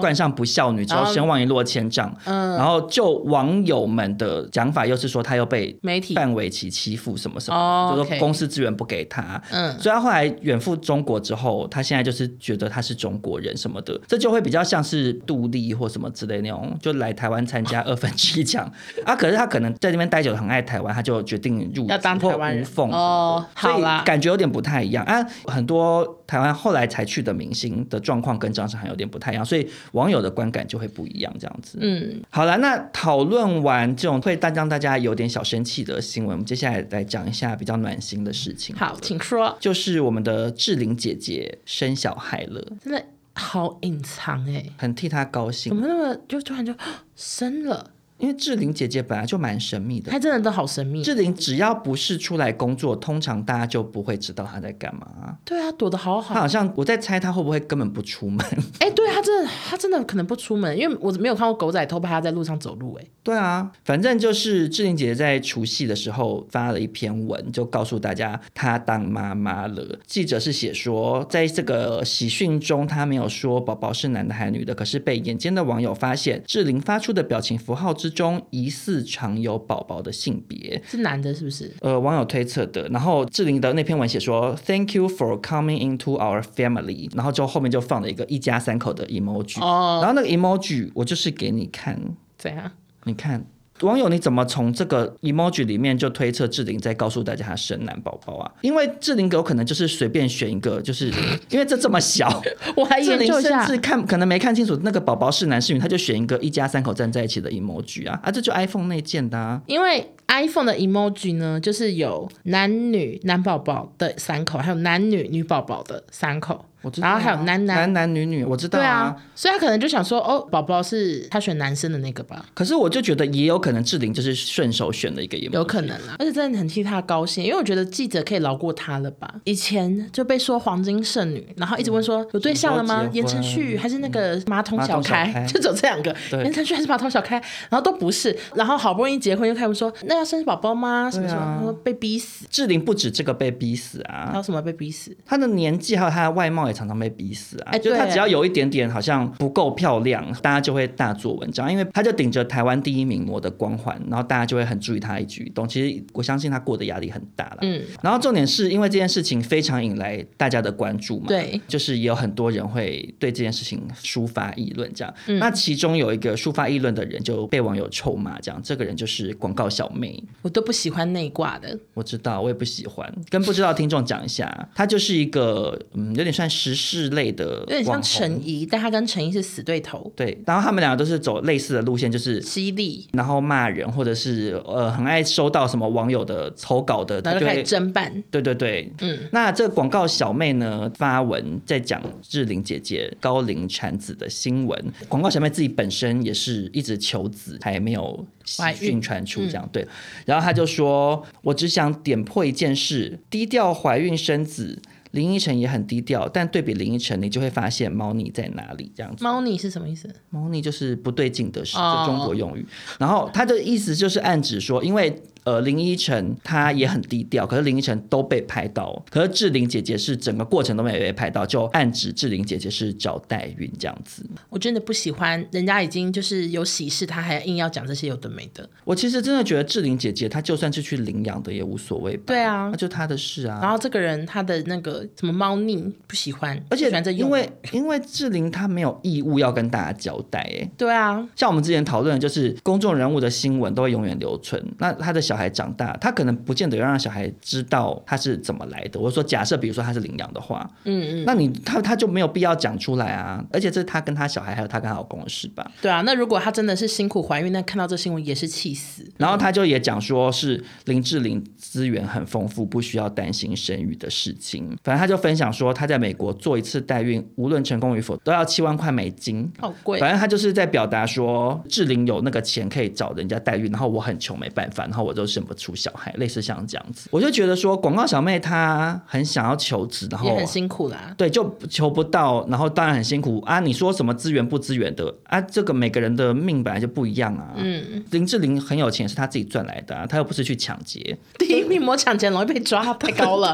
S2: 冠上不孝女之后，
S3: 然后
S2: 声望一落千丈。
S3: 哦嗯
S2: 然后就网友们的讲法又是说她又被
S3: 媒体
S2: 范玮琪欺负什么什么，
S3: 哦
S2: 就
S3: OK
S2: 说公司资源不给她。
S3: 嗯
S2: 所以她后来远赴中国之后，她现在就是觉得她是中国人什么的，这就会比较像是杜丽或什么之类那种，就来台湾参加 二分之一奖啊。可是她可能在那边待久了，很爱台湾，她就决定入
S3: 要当
S2: 籍或
S3: 台湾人
S2: 无缝什么的
S3: 哦好啦
S2: 所以感觉有点不太一样啊。很多台湾后来才去的明星的状况跟张韶涵有点不太一样，所以网友的观感就会不一样这样子。
S3: 嗯，
S2: 好了，那讨论完这种会大让大家有点小生气的新闻，我们接下来来讲一下比较暖心的事情。
S3: 好，请说，
S2: 就是我们的志玲姐姐生小孩了，
S3: 真的好隐藏哎、
S2: 很替她高
S3: 怎
S2: 兴，
S3: 么那么就突然就 生了？
S2: 因为志玲姐姐本来就蛮神秘的。
S3: 她真的都好神秘，
S2: 志玲只要不是出来工作，通常大家就不会知道她在干嘛。
S3: 对啊，躲得好好
S2: 她。好像我在猜她会不会根本不出门。
S3: 哎、对他真的，他真的可能不出门，因为我没有看过狗仔偷拍他在路上走路、哎，
S2: 对啊，反正就是志玲姐姐在除夕的时候发了一篇文，就告诉大家她当妈妈了。记者是写说，在这个喜讯中，她没有说宝宝是男的还是女的，可是被眼尖的网友发现，志玲发出的表情符号之中疑似藏有宝宝的性别。
S3: 是男的，是不是？
S2: 呃，网友推测的。然后志玲的那篇文写说，Thank you for coming into our family，然后就后面就放了一个一家三口的 emoji，、
S3: 哦
S2: 然后那个 emoji 我就是给你看，
S3: 怎样？
S2: 你看。网友，你怎么从这个 emoji 里面就推测志玲在告诉大家她生男宝宝啊？因为志玲有可能就是随便选一个，就是 因为这这么小，
S3: 我还
S2: 志
S3: 研
S2: 玲
S3: 究一
S2: 甚
S3: 下，
S2: 至看可能没看清楚那个宝宝是男是女，她就选一个一家三口站在一起的 emoji 啊啊，这就 iPhone 内建的啊。
S3: 因为 iPhone 的 emoji 呢，就是有男女男宝宝的三口，还有男女女宝宝的三口，
S2: 我知道、
S3: 然
S2: 啊，
S3: 后还有男男。
S2: 男男女女，我知道
S3: 对啊，所以他可能就想说，哦，宝宝是他选男生的那个吧，
S2: 可是我就觉得也有可能志玲就是顺手选了一个眼，
S3: 有可能啦。而且真的很替他高兴，因为我觉得记者可以饶过他了吧？以前就被说黄金剩女，然后一直问
S2: 嗯
S3: 说、有对象了
S2: 什
S3: 吗
S2: 么时候结？婚
S3: 言承旭还是那个马桶
S2: 嗯马
S3: 小
S2: 桶小
S3: 开？
S2: 开
S3: 就走这两个，
S2: 对
S3: 言承旭还是马桶小开，然后都不是，然后好不容易结婚又开始说那要生宝宝吗？什么什么，
S2: 对啊
S3: 他说被逼死，
S2: 志玲不止这个被逼死
S3: 还
S2: 啊
S3: 有，什么被逼死？
S2: 她的年纪还有她的外貌也也常常被逼死啊。
S3: 哎
S2: 就他
S3: 对
S2: 只要有一点点好像不够漂亮，大家就会大做文章，因为他就顶着台湾第一名模的光环，然后大家就会很注意他一举一动。其实我相信他过的压力很大了。
S3: 嗯，
S2: 然后重点是因为这件事情非常引来大家的关注嘛，
S3: 对，
S2: 就是也有很多人会对这件事情抒发议论，这样。
S3: 嗯
S2: 那其中有一个抒发议论的人就被网友臭骂，这样，这个人就是广告小妹。
S3: 我都不喜欢内挂的，
S2: 我知道，我也不喜欢，跟不知道的听众讲一下，她就是一个嗯，有点算时事类的，
S3: 有点像陈。怡，但他跟陈怡是死对头，
S2: 对，然后他们两个都是走类似的路线，就是
S3: 犀利，
S2: 然后骂人，或者是呃很爱收到什么网友的投稿的，
S3: 然后
S2: 就
S3: 就
S2: 会
S3: 开始侦办，
S2: 对对对，
S3: 嗯
S2: 嗯，那这个广告小妹呢发文在讲志玲姐姐高龄产子的新闻，广告小妹自己本身也是一直求子，还没有喜
S3: 怀孕
S2: 讯传出这样、对，然后她就说：“我只想点破一件事，低调怀孕生子。”林依晨也很低调，但对比林依晨，你就会发现猫腻在哪里。这样子，
S3: 猫腻是什么意思？
S2: 猫腻就是不对劲的事，
S3: 哦
S2: 就中国用语。然后他的意思就是暗指说，因为呃林依晨她也很低调，可是林依晨都被拍到，可是志玲姐姐是整个过程都没有被拍到，就暗指志玲姐姐是找代孕这样子。
S3: 我真的不喜欢人家已经就是有喜事，他还硬要讲这些有的没的。
S2: 我其实真的觉得志玲姐姐她就算是去领养的也无所谓吧，
S3: 对啊
S2: 那就她的事啊。
S3: 然后这个人他的那个什么猫腻不喜欢，
S2: 而且
S3: 不喜欢这用
S2: 因为因为志玲她没有义务要跟大家交代、欸，
S3: 对啊，
S2: 像我们之前讨论，的就是公众人物的新闻都会永远留存。那他的小孩长大，他可能不见得要让小孩知道他是怎么来的。我说，假设比如说他是领养的话，
S3: 嗯嗯，
S2: 那你他他就没有必要讲出来啊。而且这是他跟他小孩还有他跟他老公的事吧。
S3: 对啊。那如果他真的是辛苦怀孕，那看到这新闻也是气死。
S2: 然后他就也讲说是林志玲资源很丰富，不需要担心生育的事情。反正他就分享说他在美国做一次代孕，无论成功与否都要七万块美金。
S3: 好贵，
S2: 反正他就是在表达说，志玲有那个钱可以找人家代孕，然后我很穷没办法，然后我就生不出小孩，类似像这样子。我就觉得说，广告小妹她很想要求职，然
S3: 也
S2: 后
S3: 很辛苦啦。
S2: 对就求不到，然后当然很辛苦啊。你说什么资源不资源的啊？这个每个人的命本来就不一样啊。
S3: 嗯，
S2: 林志玲很有钱，是她自己赚来的、啊，她又不是去抢劫，
S3: 第一名模抢劫容易被抓，太高 了。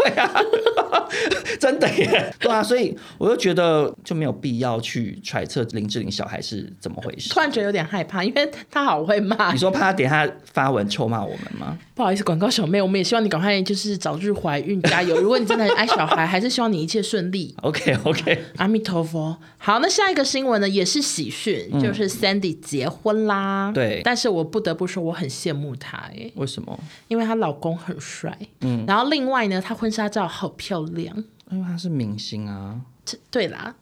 S2: 真的耶。对啊，所以我就觉得就没有必要去揣测林志玲小孩是怎么回事
S3: 突。然觉得有点害怕，因为他好会骂
S2: 你。说怕她等一下发文臭骂我们吗？
S3: 不好意思，广告小妹，我们也希望你赶快就是早日怀孕，加油！如果你真的很爱小孩，还是希望你一切顺利。
S2: OK OK，
S3: 阿弥陀佛。好，那下一个新闻呢，也是喜讯，就是 Sandy 结婚啦。
S2: 嗯对
S3: 但是我不得不说，我很羡慕她诶，
S2: 为什么？
S3: 因为她老公很帅。嗯，然后另外呢，她婚纱照好漂亮。
S2: 因为他是明星啊，
S3: 这对 啦，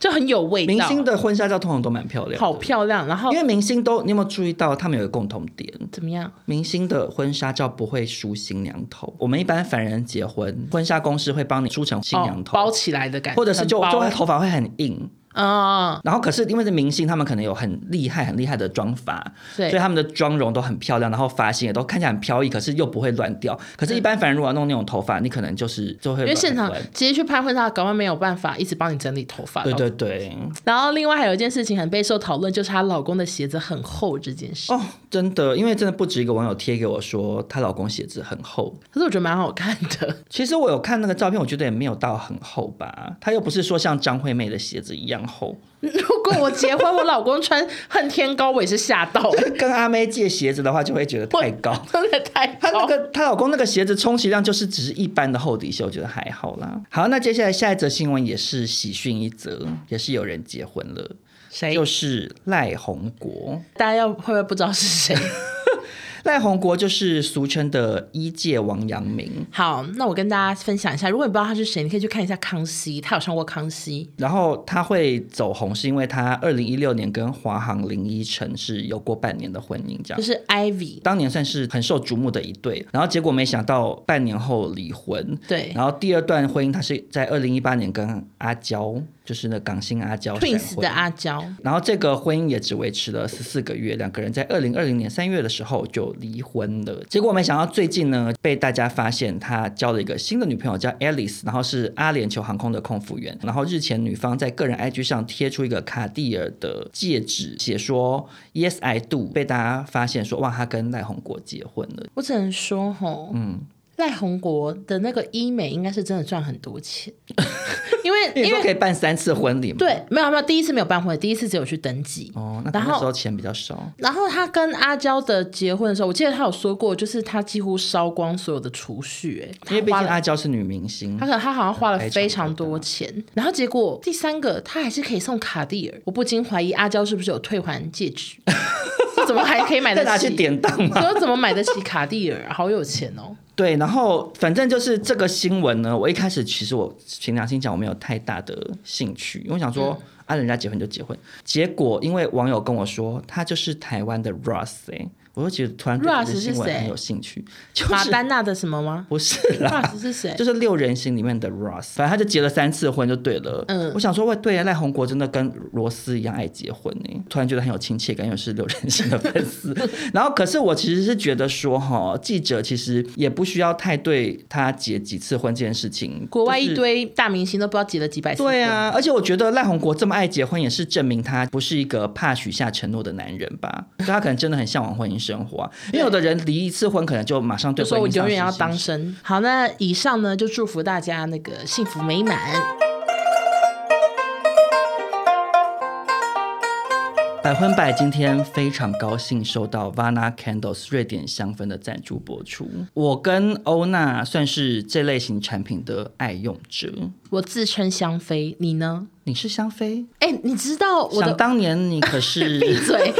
S3: 就很有味道。
S2: 明星的婚纱照通常都蛮漂亮的。
S3: 好漂亮，然后
S2: 因为明星都，你有没有注意到他们有一个共同点？
S3: 怎么样？
S2: 明星的婚纱照不会梳新娘头。我们一般凡人结婚，婚纱公司会帮你梳成新娘
S3: 哦、
S2: 头，
S3: 包起来的感觉，
S2: 或者是就
S3: 很
S2: 就
S3: 包
S2: 会头发会很硬。
S3: 啊、
S2: 然后可是因为是明星，他们可能有很厉害、很厉害的妆法，
S3: 对
S2: 所以他们的妆容都很漂亮，然后发型也都看起来很飘逸，可是又不会乱掉。可是，一般凡人如果要弄那种头发，你可能就是就会
S3: 因为
S2: 乱
S3: 现场
S2: 乱
S3: 直接去拍婚纱，搞完没有办法一直帮你整理头发。
S2: 对
S3: 然后
S2: 对对，
S3: 然后另外还有一件事情很备受讨论，就是她老公的鞋子很厚这件事。
S2: 哦，真的，因为真的不止一个网友贴给我说，她老公鞋子很厚。
S3: 可是我觉得蛮好看的，
S2: 其实我有看那个照片，我觉得也没有到很厚吧，她又不是说像张惠妹的鞋子一样厚。
S3: 如果我结婚，我老公穿恨天高，我也是吓到，
S2: 跟阿妹借鞋子的话，就会觉得太高。
S3: 真的太
S2: 她那
S3: 高。
S2: 个她老公那个鞋子充其量就是只是一般的厚底鞋，我觉得还好啦。好，那接下来下一则新闻也是喜讯一则，也是有人结婚了，
S3: 谁？
S2: 就是赖宏国。
S3: 大家要会不会不知道是谁？
S2: 赖宏国就是俗称的一届王阳明。
S3: 好，那我跟大家分享一下，如果你不知道他是谁，你可以去看一下《康熙》，他有上过《康熙》。
S2: 然后他会走红，是因为他二零一六年跟华航林依晨是有过半年的婚姻，
S3: 就
S2: 这样。
S3: 是 Ivy，
S2: 当年算是很受瞩目的一对，然后结果没想到半年后离婚。
S3: 对
S2: 然后第二段婚姻，他是在二零一八年跟阿娇，就是那港星阿娇闪
S3: Twins
S2: 婚
S3: 的阿娇，
S2: 然后这个婚姻也只维持了十四个月，两个人在二零二零年三月的时候就离婚了。结果没想到最近呢，被大家发现他交了一个新的女朋友，叫 Alice，然后是阿联酋航空的空服员。然后日前女方在个人 IG 上贴出一个卡地尔的戒指，写说 Yes I do，被大家发现说哇，她跟赖宏国结婚了。
S3: 我只能说吼，嗯，赖宏国的那个医美应该是真的赚很多钱， 因为
S2: 因为
S3: 因
S2: 你说
S3: 为
S2: 可以办三次婚礼嘛？
S3: 对，没有没有，第一次没有办婚礼，第一次只有去登记。
S2: 哦，那可
S3: 然
S2: 能那时候
S3: 后
S2: 钱比较少。
S3: 然后他跟阿娇的结婚的时候，我记得他有说过，就是他几乎烧光所有的储蓄、欸，
S2: 因为毕
S3: 他花
S2: 竟
S3: 了
S2: 阿娇是女明星
S3: 他，可能他好像花了
S2: 非常
S3: 非常多钱，然后结果第三个他还是可以送卡地尔，我不禁怀疑阿娇是不是有退还戒 指，这怎么还可以买得
S2: 再拿
S3: 起
S2: 去？典当嘛。
S3: 这怎么买得起卡地尔啊？好有钱哦！
S2: 对，然后反正就是这个新闻呢，我一开始其实我凭良心讲，我没有太大的兴趣，因为我想说、
S3: 嗯
S2: 啊，人家结婚就结婚。结果因为网友跟我说，他就是台湾的 Russ 哎、我就觉得突然对
S3: Russ
S2: 这个新
S3: 是
S2: 闻
S3: 谁
S2: 很有兴趣，就是
S3: 马丹娜的什么吗？
S2: 不是啦。
S3: Russ 是谁？
S2: 就是六人行里面的 Ross，反正他就结了三次婚就对了。
S3: 嗯
S2: 我想说，喂，对啊，赖宏国真的跟罗斯一样爱结婚呢、突然觉得很有亲切感，因为是六人行的粉丝。 然后，可是我其实是觉得说，哈，记者其实也不需要太对他结几次婚这件事情，
S3: 国外
S2: 就
S3: 一
S2: 是
S3: 堆大明星都不知道结了几百次。
S2: 对，啊，而且我觉得赖宏国这么爱结婚，也是证明他不是一个怕许下承诺的男人吧？就他可能真的很向往婚姻生活啊、因为有的人离一次婚，可能就马上对
S3: 就
S2: 婚
S3: 说
S2: 姻
S3: 我永
S2: 丧
S3: 远
S2: 失
S3: 要
S2: 信
S3: 当
S2: 心
S3: 生。好，那以上呢就祝福大家那个幸福美满。
S2: 百分百今天非常高兴收到 Vana Candles 瑞典香氛的赞助播出。我跟欧娜算是这类型产品的爱用者。
S3: 我自称香妃，你呢？
S2: 你是香妃？
S3: 哎、你知道我的
S2: 想当年你可
S3: 闭
S2: 是……
S3: 嘴！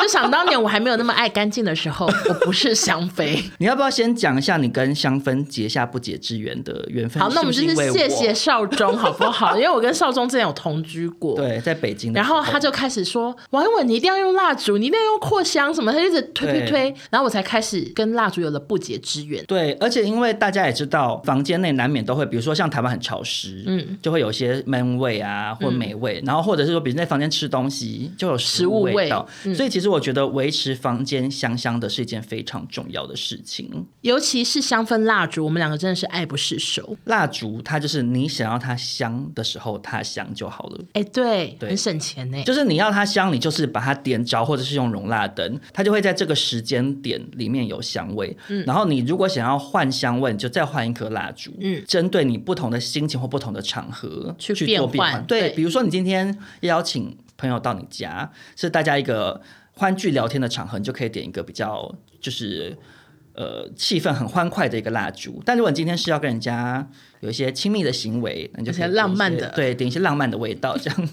S3: 就想当年我还没有那么爱干净的时 候，我不是香妃。
S2: 你要不要先讲一下你跟香氛结下不解之缘的缘分？
S3: 好，那我们就是是
S2: 因为
S3: 谢
S2: 我
S3: 谢。少忠，好不好？因为我跟少忠之前有同居过。。
S2: 对，在北京的
S3: 然
S2: 时候，
S3: 后他就开始说：“王一文，你一定要用蜡烛，你一定要用扩香什么。”他就一直推推
S2: 对
S3: 推，然后我才开始跟蜡烛有了不解之缘。
S2: 对，而且因为大家也知道，房间内难免都会，比如说像台湾很潮湿，嗯，就会有一些闷味啊或霉味，然后或者是说，比如在房间吃东西就有食
S3: 物
S2: 物
S3: 味
S2: 道，所以其实我觉得维持房间香香的是一件非常重要的事情。
S3: 尤其是香氛蜡烛，我们两个真的是爱不释手。
S2: 蜡烛它就是你想要它香的时候它香就好了。
S3: 哎，对，
S2: 对
S3: 很省钱呢。
S2: 就是你要它香，你就是把它点着，或者是用容蜡灯，它就会在这个时间点里面有香味。然后你如果想要换香味，你就再换一颗蜡烛。
S3: 嗯
S2: 针对你不同的心情或不同的场合
S3: 去变
S2: 做
S3: 换
S2: 变换。对，
S3: 对
S2: 比如说你今天邀请朋友到你家，是大家一个欢聚聊天的场合，你就可以点一个比较就是。呃，气氛很欢快的一个蜡烛，但如果你今天是要跟人家有一些亲密的行为，那你就可以
S3: 而且浪漫
S2: 点一些
S3: 的
S2: 对，点一些浪漫的味道，这样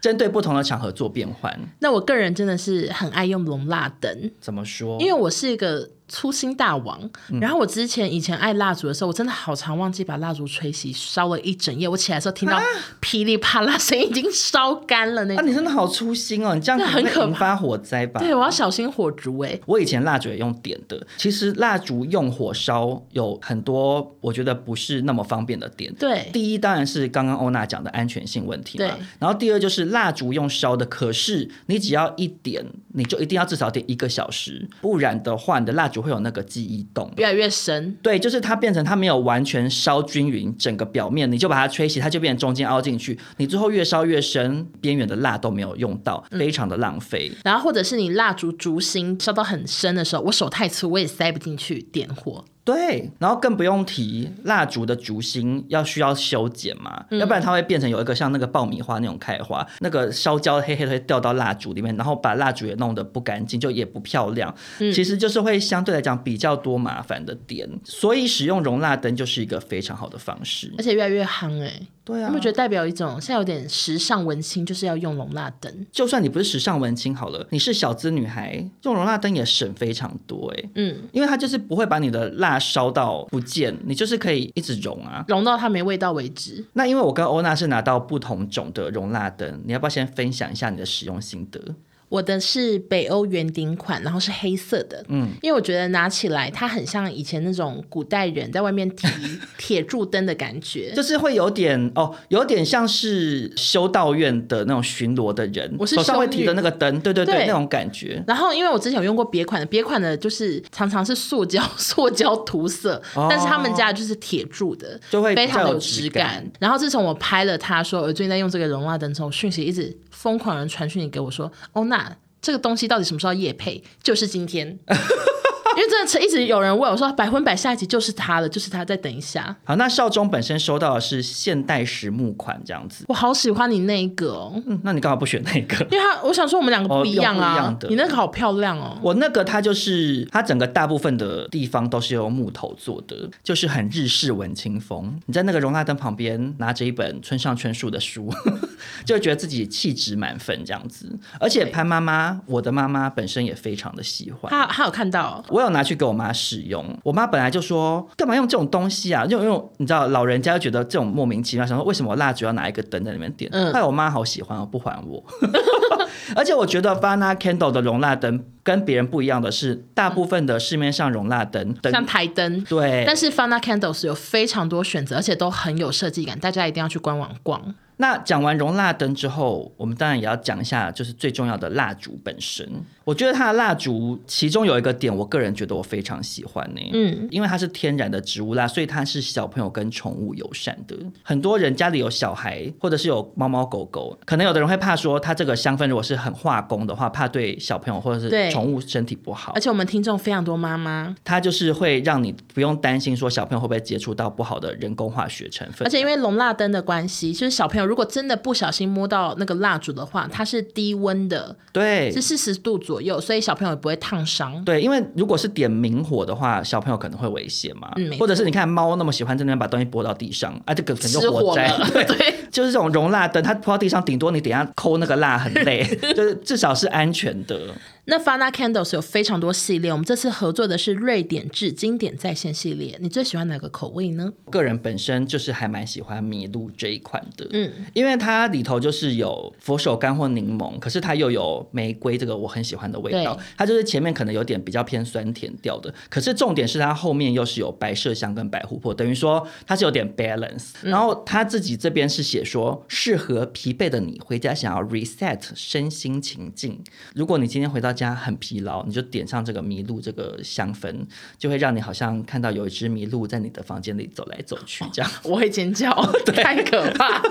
S2: 针对不同的场合做变换。
S3: 那我个人真的是很爱用龙蜡灯，
S2: 怎么说？
S3: 因为我是一个粗心大王，
S2: 嗯
S3: 然后我之前以前爱蜡烛的时候，我真的好常忘记把蜡烛吹熄，烧了一整夜。我起来的时候听到噼里啪啦声音，已经烧干了那
S2: 啊，
S3: 种。
S2: 你真的好粗心哦，你这样
S3: 那很
S2: 能
S3: 可
S2: 会引发火灾吧？
S3: 对，我要小心火烛哎、
S2: 我以前蜡烛也用点的，其实蜡烛用火烧有很多，我觉得不是那么方便的点。
S3: 对
S2: 第一当然是刚刚欧娜讲的安全性问题嘛
S3: 对，
S2: 然后第二就是蜡烛用烧的，可是你只要一点，你就一定要至少点一个小时，不然的话你的蜡烛会有那个记忆洞。
S3: 越来越深。
S2: 对，就是它变成它没有完全烧均匀整个表面，你就把它吹熄，它就变成中间凹进去，你最后越烧越深，边缘的蜡都没有用到，
S3: 嗯
S2: 非常的浪费。
S3: 然后或者是你蜡烛烛芯烧到很深的时候，我手太粗，我也塞不进去点火。
S2: 对，然后更不用提蜡烛的烛芯要需要修剪嘛，
S3: 嗯
S2: 要不然它会变成有一个像那个爆米花那种开花，那个烧焦黑黑的会掉到蜡烛里面，然后把蜡烛也弄得不干净，就也不漂亮。
S3: 嗯
S2: 其实就是会相对来讲比较多麻烦的点，所以使用容蜡灯就是一个非常好的方式。
S3: 而且越来越夯哎、
S2: 对
S3: 你
S2: 啊
S3: 有没，有觉得代表一种现在有点时尚文青，就是要用龙蜡灯？
S2: 就算你不是时尚文青好了，你是小资女孩，用容蜡灯也省非常多哎、
S3: 嗯，
S2: 因为它就是不会把你的蜡烧到不见，你就是可以一直融啊。
S3: 融到它没味道为止。
S2: 那因为我跟欧娜是拿到不同种的容蜡灯，你要不要先分享一下你的使用心得？
S3: 我的是北欧圆顶款，然后是黑色的，嗯，因为我觉得拿起来它很像以前那种古代人在外面提 铁柱灯的感觉
S2: 就。是会有点哦，有点像是修道院的那种巡逻的人，
S3: 我是
S2: 手上会
S3: 修女
S2: 提的那个灯，对对对，
S3: 对
S2: 那种感觉。
S3: 然后，因为我之前有用过别款的，别款的就是常常是塑胶 塑胶涂色，
S2: 哦
S3: 但是他们家就是铁柱的，
S2: 就会
S3: 非
S2: 比较
S3: 常的
S2: 有质
S3: 质
S2: 感
S3: 感。然后自从我拍了它，说我最近在用这个容蜡灯之后，讯息一直疯狂哦人传讯息给我说，欧娜这个东西到底什么时候夜配？就是今天。因为真的一直有人问我说百分百下一集就是他了，就是他，再等一下。
S2: 好，那少中本身收到的是现代石木款这样子，
S3: 我好喜欢你那一个哦，
S2: 嗯，那你干嘛不选那个？
S3: 因为他我想说我们两个
S2: 哦
S3: 不一样
S2: 用不一
S3: 啊，
S2: 样的
S3: 你那个好漂亮哦。
S2: 我那个它就是它整个大部分的地方都是用木头做的，就是很日式文青风。你在那个容纳灯旁边拿着一本村上春树的书， 就会觉得自己气质满分这样子。而且潘妈妈，我的妈妈本身也非常的喜欢。
S3: 他他有看到哦、
S2: 我有拿去给我妈使用，我妈本来就说干嘛用这种东西啊？就因为你知道老人家就觉得这种莫名其妙，想说为什么我蜡烛要拿一个灯在里面点？
S3: 嗯
S2: 嗯，后来我妈好喜欢哦，不还我。 而且我觉得 Vana Candle 的容蜡灯跟别人不一样的是，大部分的市面上容蜡灯灯
S3: 像台灯。
S2: 对，
S3: 但是 Fana Candles 有非常多选择，而且都很有设计感，大家一定要去官网逛。
S2: 那讲完容蜡灯之后，我们当然也要讲一下，就是最重要的蜡烛本身。我觉得它的蜡烛其中有一个点，我个人觉得我非常喜欢呢、
S3: 嗯
S2: 嗯，因为它是天然的植物蜡，所以它是小朋友跟宠物友善的。很多人家里有小孩，或者是有猫猫狗狗，可能有的人会怕说，它这个香氛如果是很化工的话，怕对小朋友或者
S3: 对
S2: 是宠物身体不好
S3: 而。且我们听众非常多妈妈，
S2: 它就是会让你不用担心说小朋友会不会接触到不好的人工化学成分。
S3: 而且因为龙蜡灯的关系，就是小朋友如果真的不小心摸到那个蜡烛的话，它是低温的，
S2: 对，
S3: 是四十度左右，所以小朋友也不会烫伤。
S2: 对，因为如果是点明火的话，小朋友可能会危险嘛，
S3: 嗯没错
S2: 或者是你看猫那么喜欢在那边把东西拨到地上，啊，这个可能
S3: 失
S2: 就
S3: 火
S2: 火灾
S3: 了，
S2: 对。
S3: 对
S2: 就是这种容蜡灯，它泼到地上，顶多你等一下抠那个蜡很 累，就是至少是安全的。
S3: 那 Fana Candles 有非常多系列，我们这次合作的是瑞典制经典在线系列。你最喜欢哪个口味呢？
S2: 我个人本身就是还蛮喜欢麋鹿这一款的，
S3: 嗯，
S2: 因为它里头就是有佛手柑或柠檬，可是它又有玫瑰这个我很喜欢的味道
S3: 对。
S2: 它就是前面可能有点比较偏酸甜调的，可是重点是它后面又是有白麝香跟白琥珀，等于说它是有点 balance。然
S3: 嗯
S2: 后它自己这边是写说，适合疲惫的你回家想要 reset 身心情境。如果你今天回到家很疲劳，你就点上这个麋鹿这个香氛，就会让你好像看到有一只麋鹿在你的房间里走来走去这样。
S3: 我会尖 叫，太可 怕。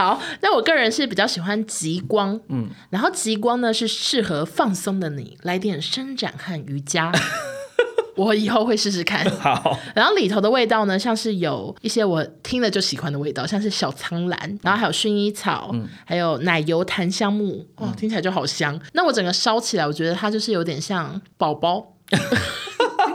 S3: 好，那我个人是比较喜欢极光，嗯，然后极光呢是适合放松的你，来点伸展和瑜 伽。我以后会试试 看。
S2: 好，
S3: 然后里头的味道呢，像是有一些我听了就喜欢的味道，像是小苍兰，然后还有薰衣草，还有奶油檀香木，哦，听起来就好香。那我整个烧起来，我觉得它就是有点像宝 宝，你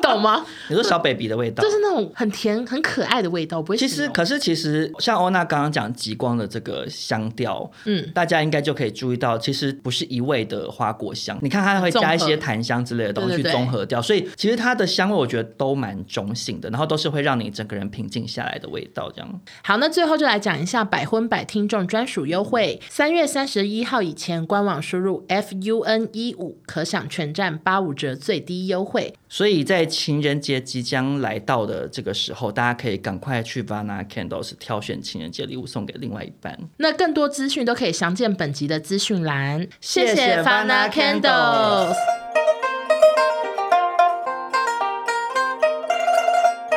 S3: 懂吗？
S2: 你说小 baby 的味道，
S3: 就是那种很甜、很可爱的味道，我不会
S2: 其
S3: 形
S2: 实，
S3: 容
S2: 可是其实像欧娜刚刚讲极光的这个香调，
S3: 嗯，
S2: 大家应该就可以注意到，其实不是一味的花果香，你看它会加一些檀香之类的东西
S3: 综合
S2: 去
S3: 对对对
S2: 综合掉，所以其实它的香味我觉得都蛮中性的，然后都是会让你整个人平静下来的味道，这样。
S3: 好，那最后就来讲一下百分百听众专属优惠，三月三十一号以前，官网输入 F U N 一五，可享全站八五折最低优惠。
S2: 所以在情人节即将来到的这个时候，大家可以赶快去 Vana Candles 挑选情人节礼物送给另外一半。
S3: 那更多资讯都可以详见本集的资讯栏。
S2: 谢谢
S3: 谢
S2: Fana Candles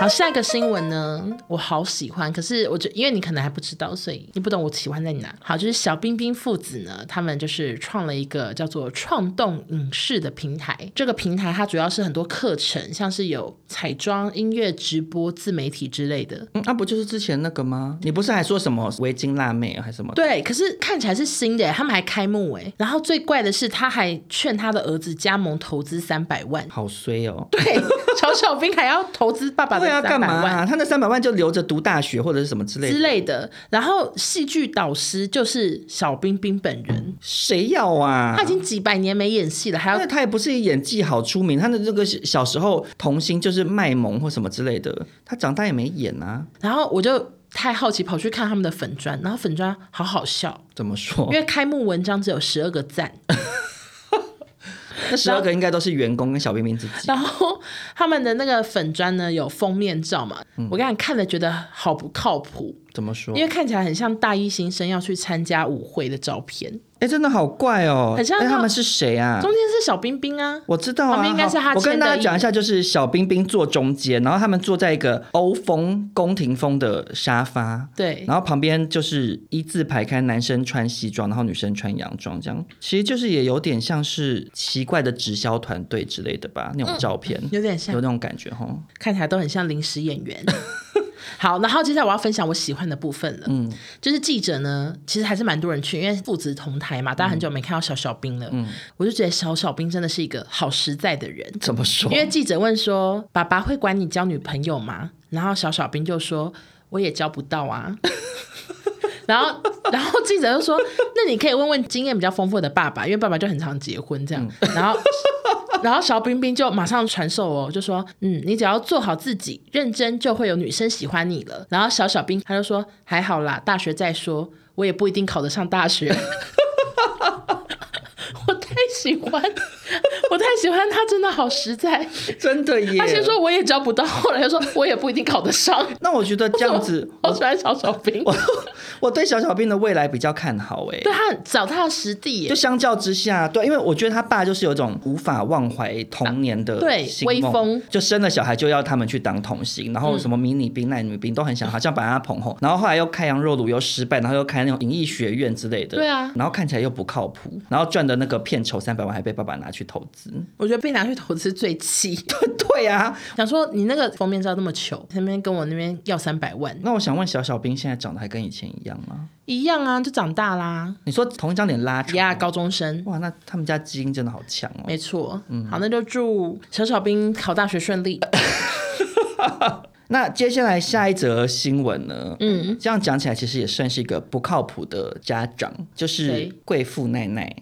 S3: 好，下一个新闻呢，我好喜欢，可是我觉因为你可能还不知道，所以你不懂我喜欢在哪。好，就是小冰冰父子呢，他们就是创了一个叫做“创动影视”的平台。这个平台它主要是很多课程，像是有彩妆、音乐、直播、自媒体之类的。
S2: 嗯，那、不就是之前那个吗？你不是还说什么围巾辣妹啊还是什么？，
S3: 对，可是看起来是新的耶，他们还开幕哎。然后最怪的是，他还劝他的儿子加盟投资三百万
S2: 好衰哦。
S3: 对，曹小兵还要投资爸爸的
S2: 对啊，干
S3: 三百
S2: 嘛
S3: 万。
S2: 啊、他那三百万就留着读大学或者是什么之类
S3: 之
S2: 的，
S3: 类的，然后戏剧导师就是小冰冰本人，
S2: 谁要啊
S3: 他？已经几百年没演戏了，还要
S2: 那他也不是演技好出名，他的这个小时候童星就是卖萌或什么之类的，他长大也没演啊。
S3: 然后我就太好奇，跑去看他们的粉砖，然后粉砖好好笑，
S2: 怎么说
S3: 因？为开幕文章只有十二个 赞，
S2: 那十二个应该都是员工跟小冰冰自己。
S3: 然后他们的那个粉砖呢有封面照嘛，
S2: 嗯
S3: 我刚才看了觉得好不靠谱，
S2: 怎么说
S3: 因？为看起来很像大一新生要去参加舞会的照片，
S2: 哎，真的好怪哦！
S3: 很像
S2: 哎，
S3: 那
S2: 他们是谁啊？
S3: 中间是小冰冰啊，
S2: 我知道啊，
S3: 旁边应该是他
S2: 好我跟
S3: 签的
S2: 大家
S3: 印
S2: 讲一下，就是小冰冰坐中间，然后他们坐在一个欧风宫廷风的沙发，
S3: 对，
S2: 然后旁边就是一字排开，男生穿西装，然后女生穿洋装，这样其实就是也有点像是奇怪的直销团队之类的吧，那种照片、
S3: 嗯有点像嗯
S2: 有那，种感觉哈。
S3: 看起来都很像临时演 员。好，然后接下来我要分享我喜欢的部分了，嗯，就是记者呢，其实还是蛮多人去，因为父子同台嘛，
S2: 嗯
S3: 大家很久没看到小小兵了，嗯，我就觉得小小兵真的是一个好实在的人，
S2: 怎么说
S3: 因？为记者问说：“爸爸会管你交女朋友吗？”然后小小兵就说：“我也交不到啊。” 然后，然后记者就说：“那你可以问问经验比较丰富的爸爸，因为爸爸就很常结婚这样。然后，然后小冰冰就马上传授哦，就说：“嗯，你只要做好自己，认真就会有女生喜欢你了。”然后小小兵他就说：“还好啦，大学再说，我也不一定考得上大学。” 我太喜欢，我太喜欢他，真的好实在。
S2: 真的耶！
S3: 他先说我也交不到， 后来又说我也不一定考得上。
S2: 那我觉得这样子，
S3: 我喜欢小小兵，
S2: 我 我对小小兵的未来比较看好哎、
S3: 对他很脚踏实地耶
S2: 就，相较之下，对，因为我觉得他爸就是有一种无法忘怀童年的、
S3: 啊对
S2: 星
S3: 威
S2: 梦
S3: 风，
S2: 就生了小孩就要他们去当童星，然后什么迷你兵、奈女兵都很想，好像把他捧红，然后后来又开羊肉炉又失败，然后又开那种演艺学院之类的，
S3: 对啊
S2: 然后看起来又不靠谱，然后赚的那个片酬三百万还被爸爸拿去投 资，
S3: 我觉得被拿去投资最气。
S2: 对啊，
S3: 想说你那个封面照那么糗，那边跟我那边要三百万
S2: 那我想问小小兵现在长得还跟以前一样吗？
S3: 一样啊，就长大啦，
S2: 你说同一张脸拉长，
S3: 呀，高中生。
S2: 哇，那他们家基因真的好强哦，
S3: 没错，好，那就祝小小兵考大学顺利。
S2: 那接下来下一则新闻呢？嗯，这样讲起来其实也算是一个不靠谱的家长，就是
S3: 谁
S2: 贵妇奶奶。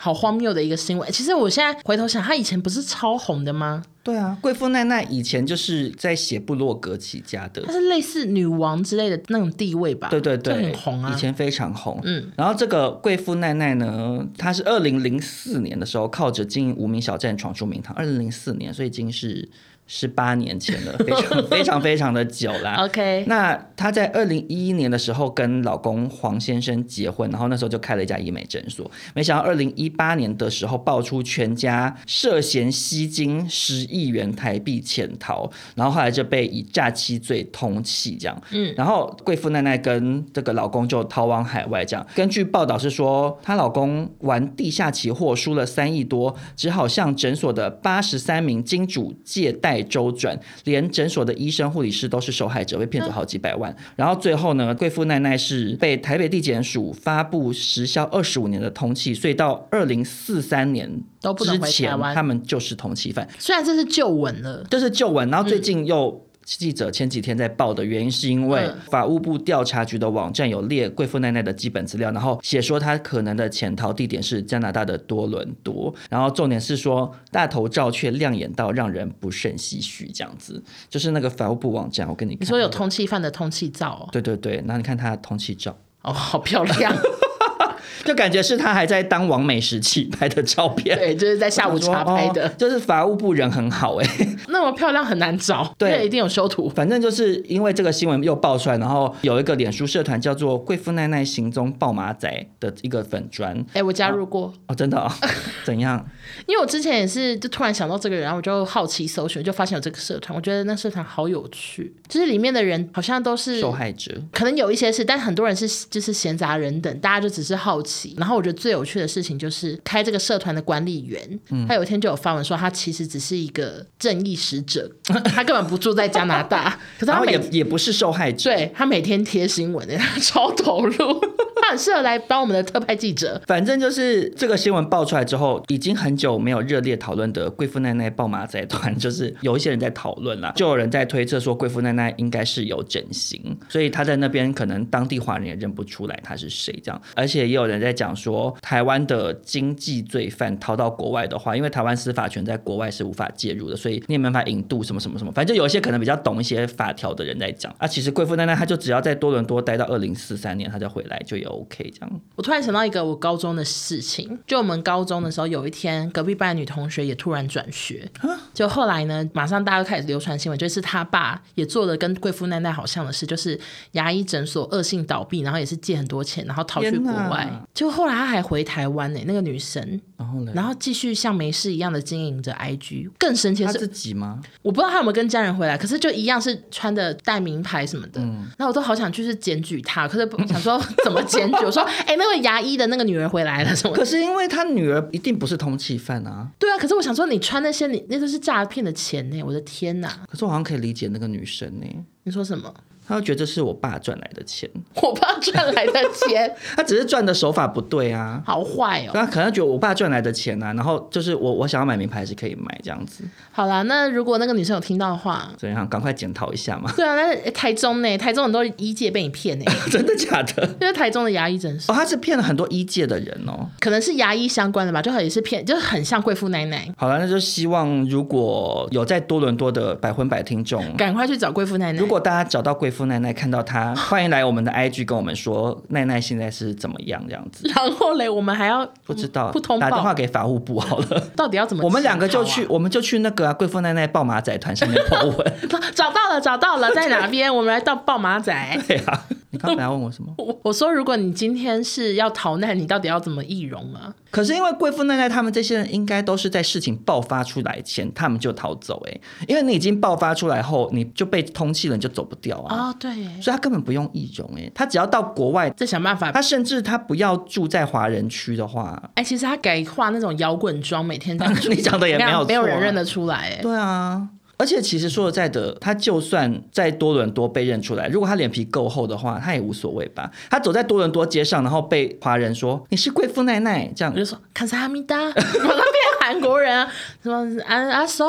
S3: 好荒谬的一个新闻！其实我现在回头想，他以前不是超红的吗？
S2: 对啊，贵妇奈奈以前就是在写部落格起家的
S3: 他，是类似女王之类的那种地位吧？
S2: 对对
S3: 就
S2: 对，
S3: 很红啊。
S2: 以前非常红。
S3: 嗯，
S2: 然后这个贵妇奈奈呢，她是二零零四年的时候靠着经营无名小站闯出名堂，二零零四年，所以已经是十八年前了，非常 非常非常的久啦。
S3: OK，
S2: 那她在二零一一年的时候跟老公黄先生结婚，然后那时候就开了一家医美诊所。没想到二零一八年的时候爆出全家涉嫌吸金十亿元台币潜逃，然后后来就被以诈欺罪通缉这样。嗯，然后贵妇奈奈跟这个老公就逃往海外这样。根据报道是说，她老公玩地下期货输了三亿多，只好向诊所的八十三名金主借贷周转，连诊所的医生、护理师都是受害者，被骗走好几百万。然后最后呢，贵妇奈奈是被台北地检署发布时效二十五年的通缉，所以到二零四三年
S3: 都不能
S2: 之
S3: 回台
S2: 前，
S3: 湾
S2: 他们就是通缉犯。
S3: 虽然这是旧闻了，
S2: 这是旧闻，然后最近又。记者前几天在报的原因，是因为
S3: 嗯
S2: 法务部调查局的网站有列贵妇奈奈的基本资料，然后写说她可能的潜逃地点是加拿大的多伦多，然后重点是说大头照却亮眼到让人不胜唏嘘，这样子，就是那个法务部网站，我跟你看
S3: 你说有通气犯的通气照哦
S2: 对对对，然后你看她的通气照，
S3: 哦，哦，好漂 亮，
S2: 就感觉是她还在当王美时期拍的照片，
S3: 对，就是在下午茶拍
S2: 我
S3: 的
S2: 想说，哦就是法务部人很好哎、
S3: 那么漂亮很难找，
S2: 对
S3: 那一定有修图。
S2: 反正就是因为这个新闻又爆出来，然后有一个脸书社团叫做“贵妇奈奈行踪爆马仔”的一个粉砖
S3: 哎、我加入过，
S2: 哦，真的、哦，怎样？
S3: 因为我之前也是就突然想到这个人，然后我就好奇搜寻，就发现有这个社团，我觉得那社团好有趣，就是里面的人好像都是
S2: 受害者
S3: 可能有一些是，但很多人是就是闲杂人等，大家就只是好奇。然后我觉得最有趣的事情就是开这个社团的管理员，
S2: 嗯
S3: 他有一天就有发文说，他其实只是一个正义使者，他根本不住在加拿 大，可是
S2: 然
S3: 他
S2: 后
S3: 每
S2: 也也不是受害者。
S3: 对他每天贴新闻， 他超投入， 他很适合来当我们的特派记者。
S2: 反正就是这个新闻爆出来之后，已经很久没有热烈讨论的贵妇奈奈爆马仔团，就是有一些人在讨论啦，就有人在推测说贵妇奈奈应该是有整形，所以她在那边可能当地华人也认不出来她是谁这样，而且也有人在讲说，台湾的经济罪犯逃到国外的话，因为台湾司法权在国外是无法介入的，所以你也没办法引渡什么什么什么，反正有一些可能比较懂一些法条的人在讲啊，其实贵妇奈奈她就只要在多伦多待到二零四三年，她就回来就有 OK 这样。
S3: 我突然想到一个我高中的事情，就我们高中的时候，有一天隔壁班的女同学也突然转学，
S2: 啊
S3: 就后来呢，马上大家就开始流传新闻，就是她爸也做了跟贵妇奈奈好像的事，就是牙医诊所恶性倒闭，然后也是借很多钱，然后逃去
S2: 天
S3: 国
S2: 哪
S3: 外，就后来她还回台湾呢、那个女生，
S2: 然后呢？
S3: 然后继续像没事一样的经营着 IG，更神奇的
S2: 他
S3: 是
S2: 自，己吗？
S3: 我不知道他有没有跟家人回来，可是就一样是穿的带名牌什么的。那我都好想就是检举他，可是不想说怎么检举。我 说，哎、那位牙医的那个女儿回来了什么
S2: 可
S3: 的？
S2: 是因为他女儿一定不是通缉犯啊。
S3: 对啊，可是我想说，你穿那些，你那都是诈骗的钱呢！我的天哪！
S2: 可是我好像可以理解那个女生呢、
S3: 你说什么？
S2: 她会觉得这是我爸赚来的钱，
S3: 我爸赚来的钱
S2: 她只是赚的手法不对啊。
S3: 好坏哦。
S2: 她可能觉得我爸赚来的钱啊，然后就是我我想要买名牌是可以买这样子，
S3: 好啦，那如果那个女生有听到的话，
S2: 怎样？赶快检讨一下嘛，
S3: 对啊，那诶台中呢？台中很多医界被你骗呢，
S2: 真的假的？
S3: 因为台中的牙医诊所
S2: 哦，他是骗了很多医界的人哦。
S3: 可能是牙医相关的吧，就好也是骗，就是很像贵妇奶奶。
S2: 好了，那就希望如果有在多伦多的百分百听众，
S3: 赶快去找贵妇奶奶。
S2: 如果大家找到贵妇奈奈，看到她，欢迎来我们的 IG 跟我们说奈奈现在是怎么样这样子。
S3: 然后嘞，我们还要
S2: 嗯不知道，
S3: 不通报
S2: 打电话给法务部好 了。
S3: 到底要怎么、
S2: 我们两个就去，，我们就去那 个啊贵妇奈奈抱马仔团上面 po 文。
S3: 找到了，找到了，在哪边？我们来到爆马仔。
S2: 对啊，你刚才问我什么？
S3: 我我说，如果你今天是要逃难，你到底要怎么易容啊？
S2: 可是因为贵妇奈奈他们这些人，应该都是在事情爆发出来前，他们就逃走、欸。哎，因为你已经爆发出来后，你就被通缉了，你就走不掉啊。
S3: 哦，对耶，
S2: 所以他根本不用易容、欸，他只要到国外，
S3: 再想办法。
S2: 他甚至他不要住在华人区的话，
S3: 哎、其实他改化那种摇滚妆，每 天这样
S2: 你讲的也没有错啊
S3: 没有人认得出来。哎，
S2: 对啊。而且其实说实在的，他就算在多伦多被认出来，如果他脸皮够厚的话，他也无所谓吧。他走在多伦多街上，然后被华人说你是贵妇奈奈，这样
S3: 我就说看萨哈密 达，我他变韩国人啊，什么阿阿叔，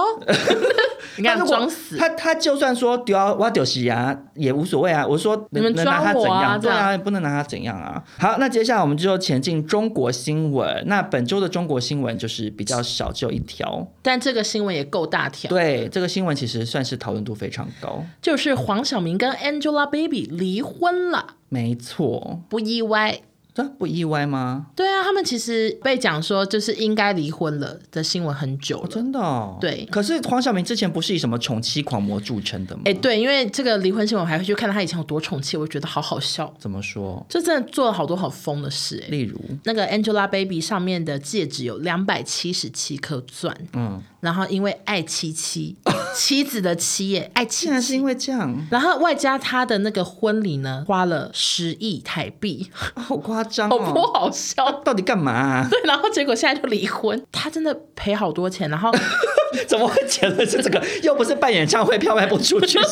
S3: 你看
S2: 他如果
S3: 装死。
S2: 他他就算说丢啊挖丢洗牙也无所谓啊。我说
S3: 你们
S2: 能拿他
S3: 抓
S2: 怎
S3: 我啊
S2: 样？对
S3: 这
S2: 啊，
S3: 样
S2: 也不能拿他怎样啊。好，那接下来我们就前进中国新闻。那本周的中国新闻就是比较少，只有一条。
S3: 但这个新闻也够大条，
S2: 对，这个新闻其实算是讨论度非常高。
S3: 就是黄晓明跟 Angelababy 离婚了，
S2: 没错，
S3: 不意外。
S2: 这不意外吗？
S3: 对啊，他们其实被讲说就是应该离婚了的新闻很久
S2: 哦、
S3: 了。
S2: 真的、哦？
S3: 对
S2: 可是黄晓明之前不是以什么宠妻狂魔著称的吗？
S3: 哎、对，因为这个离婚新闻，我还会去看到他以前有多宠妻，我就觉得好好笑，
S2: 怎么说？
S3: 就真的做了好多好疯的事、哎，
S2: 例如，
S3: 那个 Angelababy 上面的戒指有两百七十七颗钻，
S2: 嗯，
S3: 然后因为爱妻妻妻子的妻耶，爱妻
S2: 竟然是因为这样，
S3: 然后外加他的那个婚礼呢，花了十亿台币，
S2: 好夸张
S3: 哦好不
S2: 哦！
S3: 好笑？
S2: 到底干嘛啊、
S3: 对，然后结果现在就离婚，他真的赔好多钱，然后
S2: 怎么会觉得是这个？又不是办演唱会票卖不出 去，是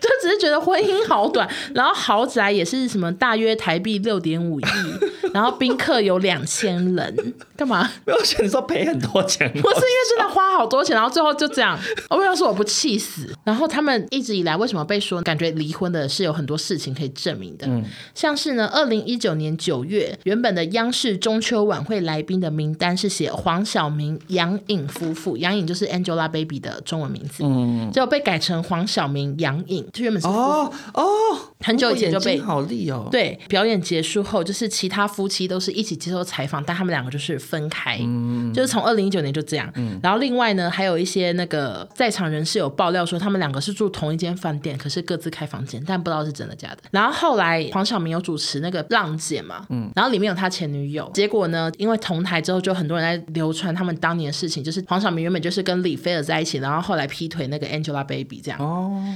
S3: 就只是觉得婚姻好短，然后豪宅也是什么大约台币六点五亿，然后宾客有两千人，干嘛？
S2: 没有想你说赔很多钱 哦。
S3: 不是因为真的花好多钱，然后最后就这样。哦我要说我不气死。然后他们一直以来为什么被说感觉离婚的是有很多事情可以证明的，
S2: 嗯
S3: 像是呢，二零一九年九月原本的央视中秋晚会来宾的名单是写黄晓明、杨颖夫妇，杨颖就是 Angelababy 的中文名字，结果被改成黄晓明、杨颖，就原本是夫妇
S2: 嗯哦哦，
S3: 很久以前就
S2: 我
S3: 被
S2: 眼睛好利哦。，
S3: 对，表演结束后，就是其他夫妻都是一起接受采访，但他们两个就是分开，就是从二零一九年就这样。然后另外呢，还有一些那个在场人士有爆料说，他们两个是住同一间饭店，可是各自开房间，但不知道是真的假的。然后后来黄晓明有主持那个《浪姐》嘛，然后里面有他前女友，结果呢，因为同台之后，就很多人在流传他们当年的事情，就是黄晓明原本就是跟李菲儿在一起，然后后来劈腿那个 Angelababy 这样。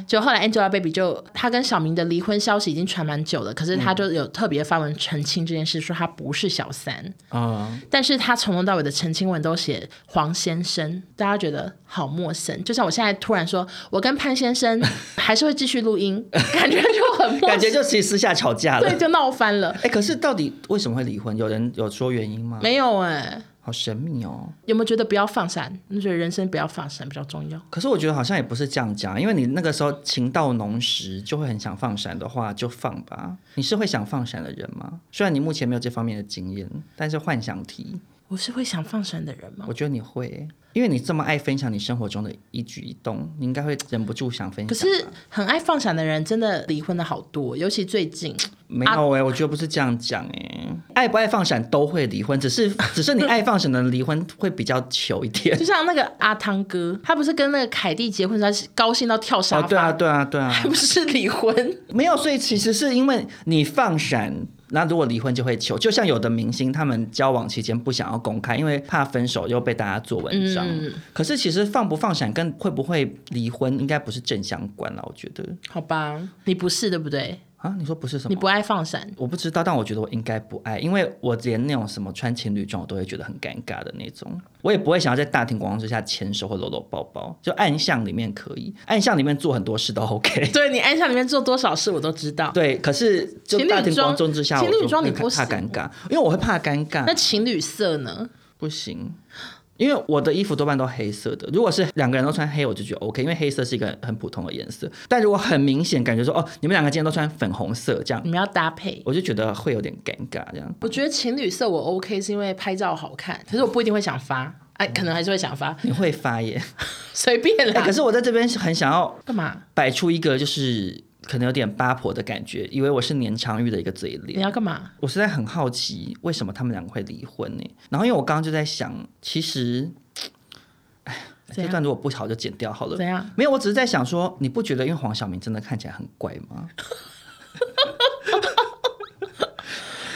S3: 就后来 Angelababy 就她跟小明的离婚消息已经传蛮久了，可是她就有特别发文澄清这件事，说她不是小三，
S2: 嗯，
S3: 但是她从头到尾的澄清文都写黄先生，大家觉得好陌生。就像我现在突然说我跟潘先生还是会继续录音，感觉就很陌生，
S2: 感觉就其实私下吵架了
S3: 对，。就闹翻了。
S2: 哎，可是到底为什么会离婚？有人有说原因吗？
S3: 没有哎、
S2: 好神秘哦。
S3: 有没有觉得不要放闪？你觉得人生不要放闪比较重要？
S2: 可是我觉得好像也不是这样讲，因为你那个时候情到浓时就会很想放闪的话，就放吧。你是会想放闪的人吗？虽然你目前没有这方面的经验，但是幻想题，
S3: 我是会想放闪的人吗
S2: 我？觉得你会欸。因为你这么爱分享你生活中的一举一动，你应该会忍不住想分享吧。
S3: 可是很爱放闪的人，真的离婚的好多，尤其最近。
S2: 没有
S3: 啊
S2: 哎、我觉得不是这样讲哎、爱不爱放闪都会离婚，只是只是你爱放闪的人离婚会比较糗一点
S3: 就。像那个阿汤哥，他不是跟那个凯蒂结婚，他是高兴到跳沙
S2: 哦，
S3: 发，
S2: 对啊，对啊，对啊，
S3: 还不是离婚？
S2: 没有，所以其实是因为你放闪。那如果离婚就会求，就像有的明星他们交往期间不想要公开，因为怕分手又被大家做文章。
S3: 嗯
S2: 可是其实放不放闪跟会不会离婚应该不是正相关啦，我觉得
S3: 好吧，你不是对不对？
S2: 啊，你说不是什么？
S3: 你不爱放闪，
S2: 我不知道，但我觉得我应该不爱，因为我连那种什么穿情侣装，我都会觉得很尴尬的那种。我也不会想要在大庭广众之下牵手或搂搂抱抱，就暗巷里面可以，暗巷里面做很多事都 OK。
S3: 对你暗巷里面做多少事我都知道。
S2: 对，可是就
S3: 情侣
S2: 大庭
S3: 装
S2: 广众之下，
S3: 情
S2: 我
S3: 侣
S2: 就
S3: 装你
S2: 会
S3: 不
S2: 怕
S3: 行
S2: 尴尬，因为我会怕尴
S3: 那
S2: 尬，
S3: 情侣色呢？
S2: 不行。因为我的衣服多半都黑色的，如果是两个人都穿黑，我就觉得 OK，因为黑色是一个很普通的颜色。但如果很明显感觉说，哦，你们两个今天都穿粉红色这样
S3: 你，们要搭配。
S2: 我就觉得会有点尴尬这样。
S3: 我觉得情侣色我 OK 是因为拍照好看，可是我不一定会想发，哎，可能还是会想发，
S2: 你会发耶？
S3: 随便
S2: 哎、
S3: 啦。
S2: 可是我在这边是很想要
S3: 干嘛？
S2: 摆出一个就是可能有点八婆的感觉，以为我是年长玉的一个嘴
S3: 你
S2: 脸。
S3: 要干嘛？
S2: 我实在很好奇，为什么他们两个会离婚呢？然后因为我刚刚就在想，其实，哎，
S3: 怎
S2: 这
S3: 样
S2: 段如果不好就剪掉好了
S3: 怎。样？
S2: 没有，我只是在想说，你不觉得因为黄晓明真的看起来很怪吗？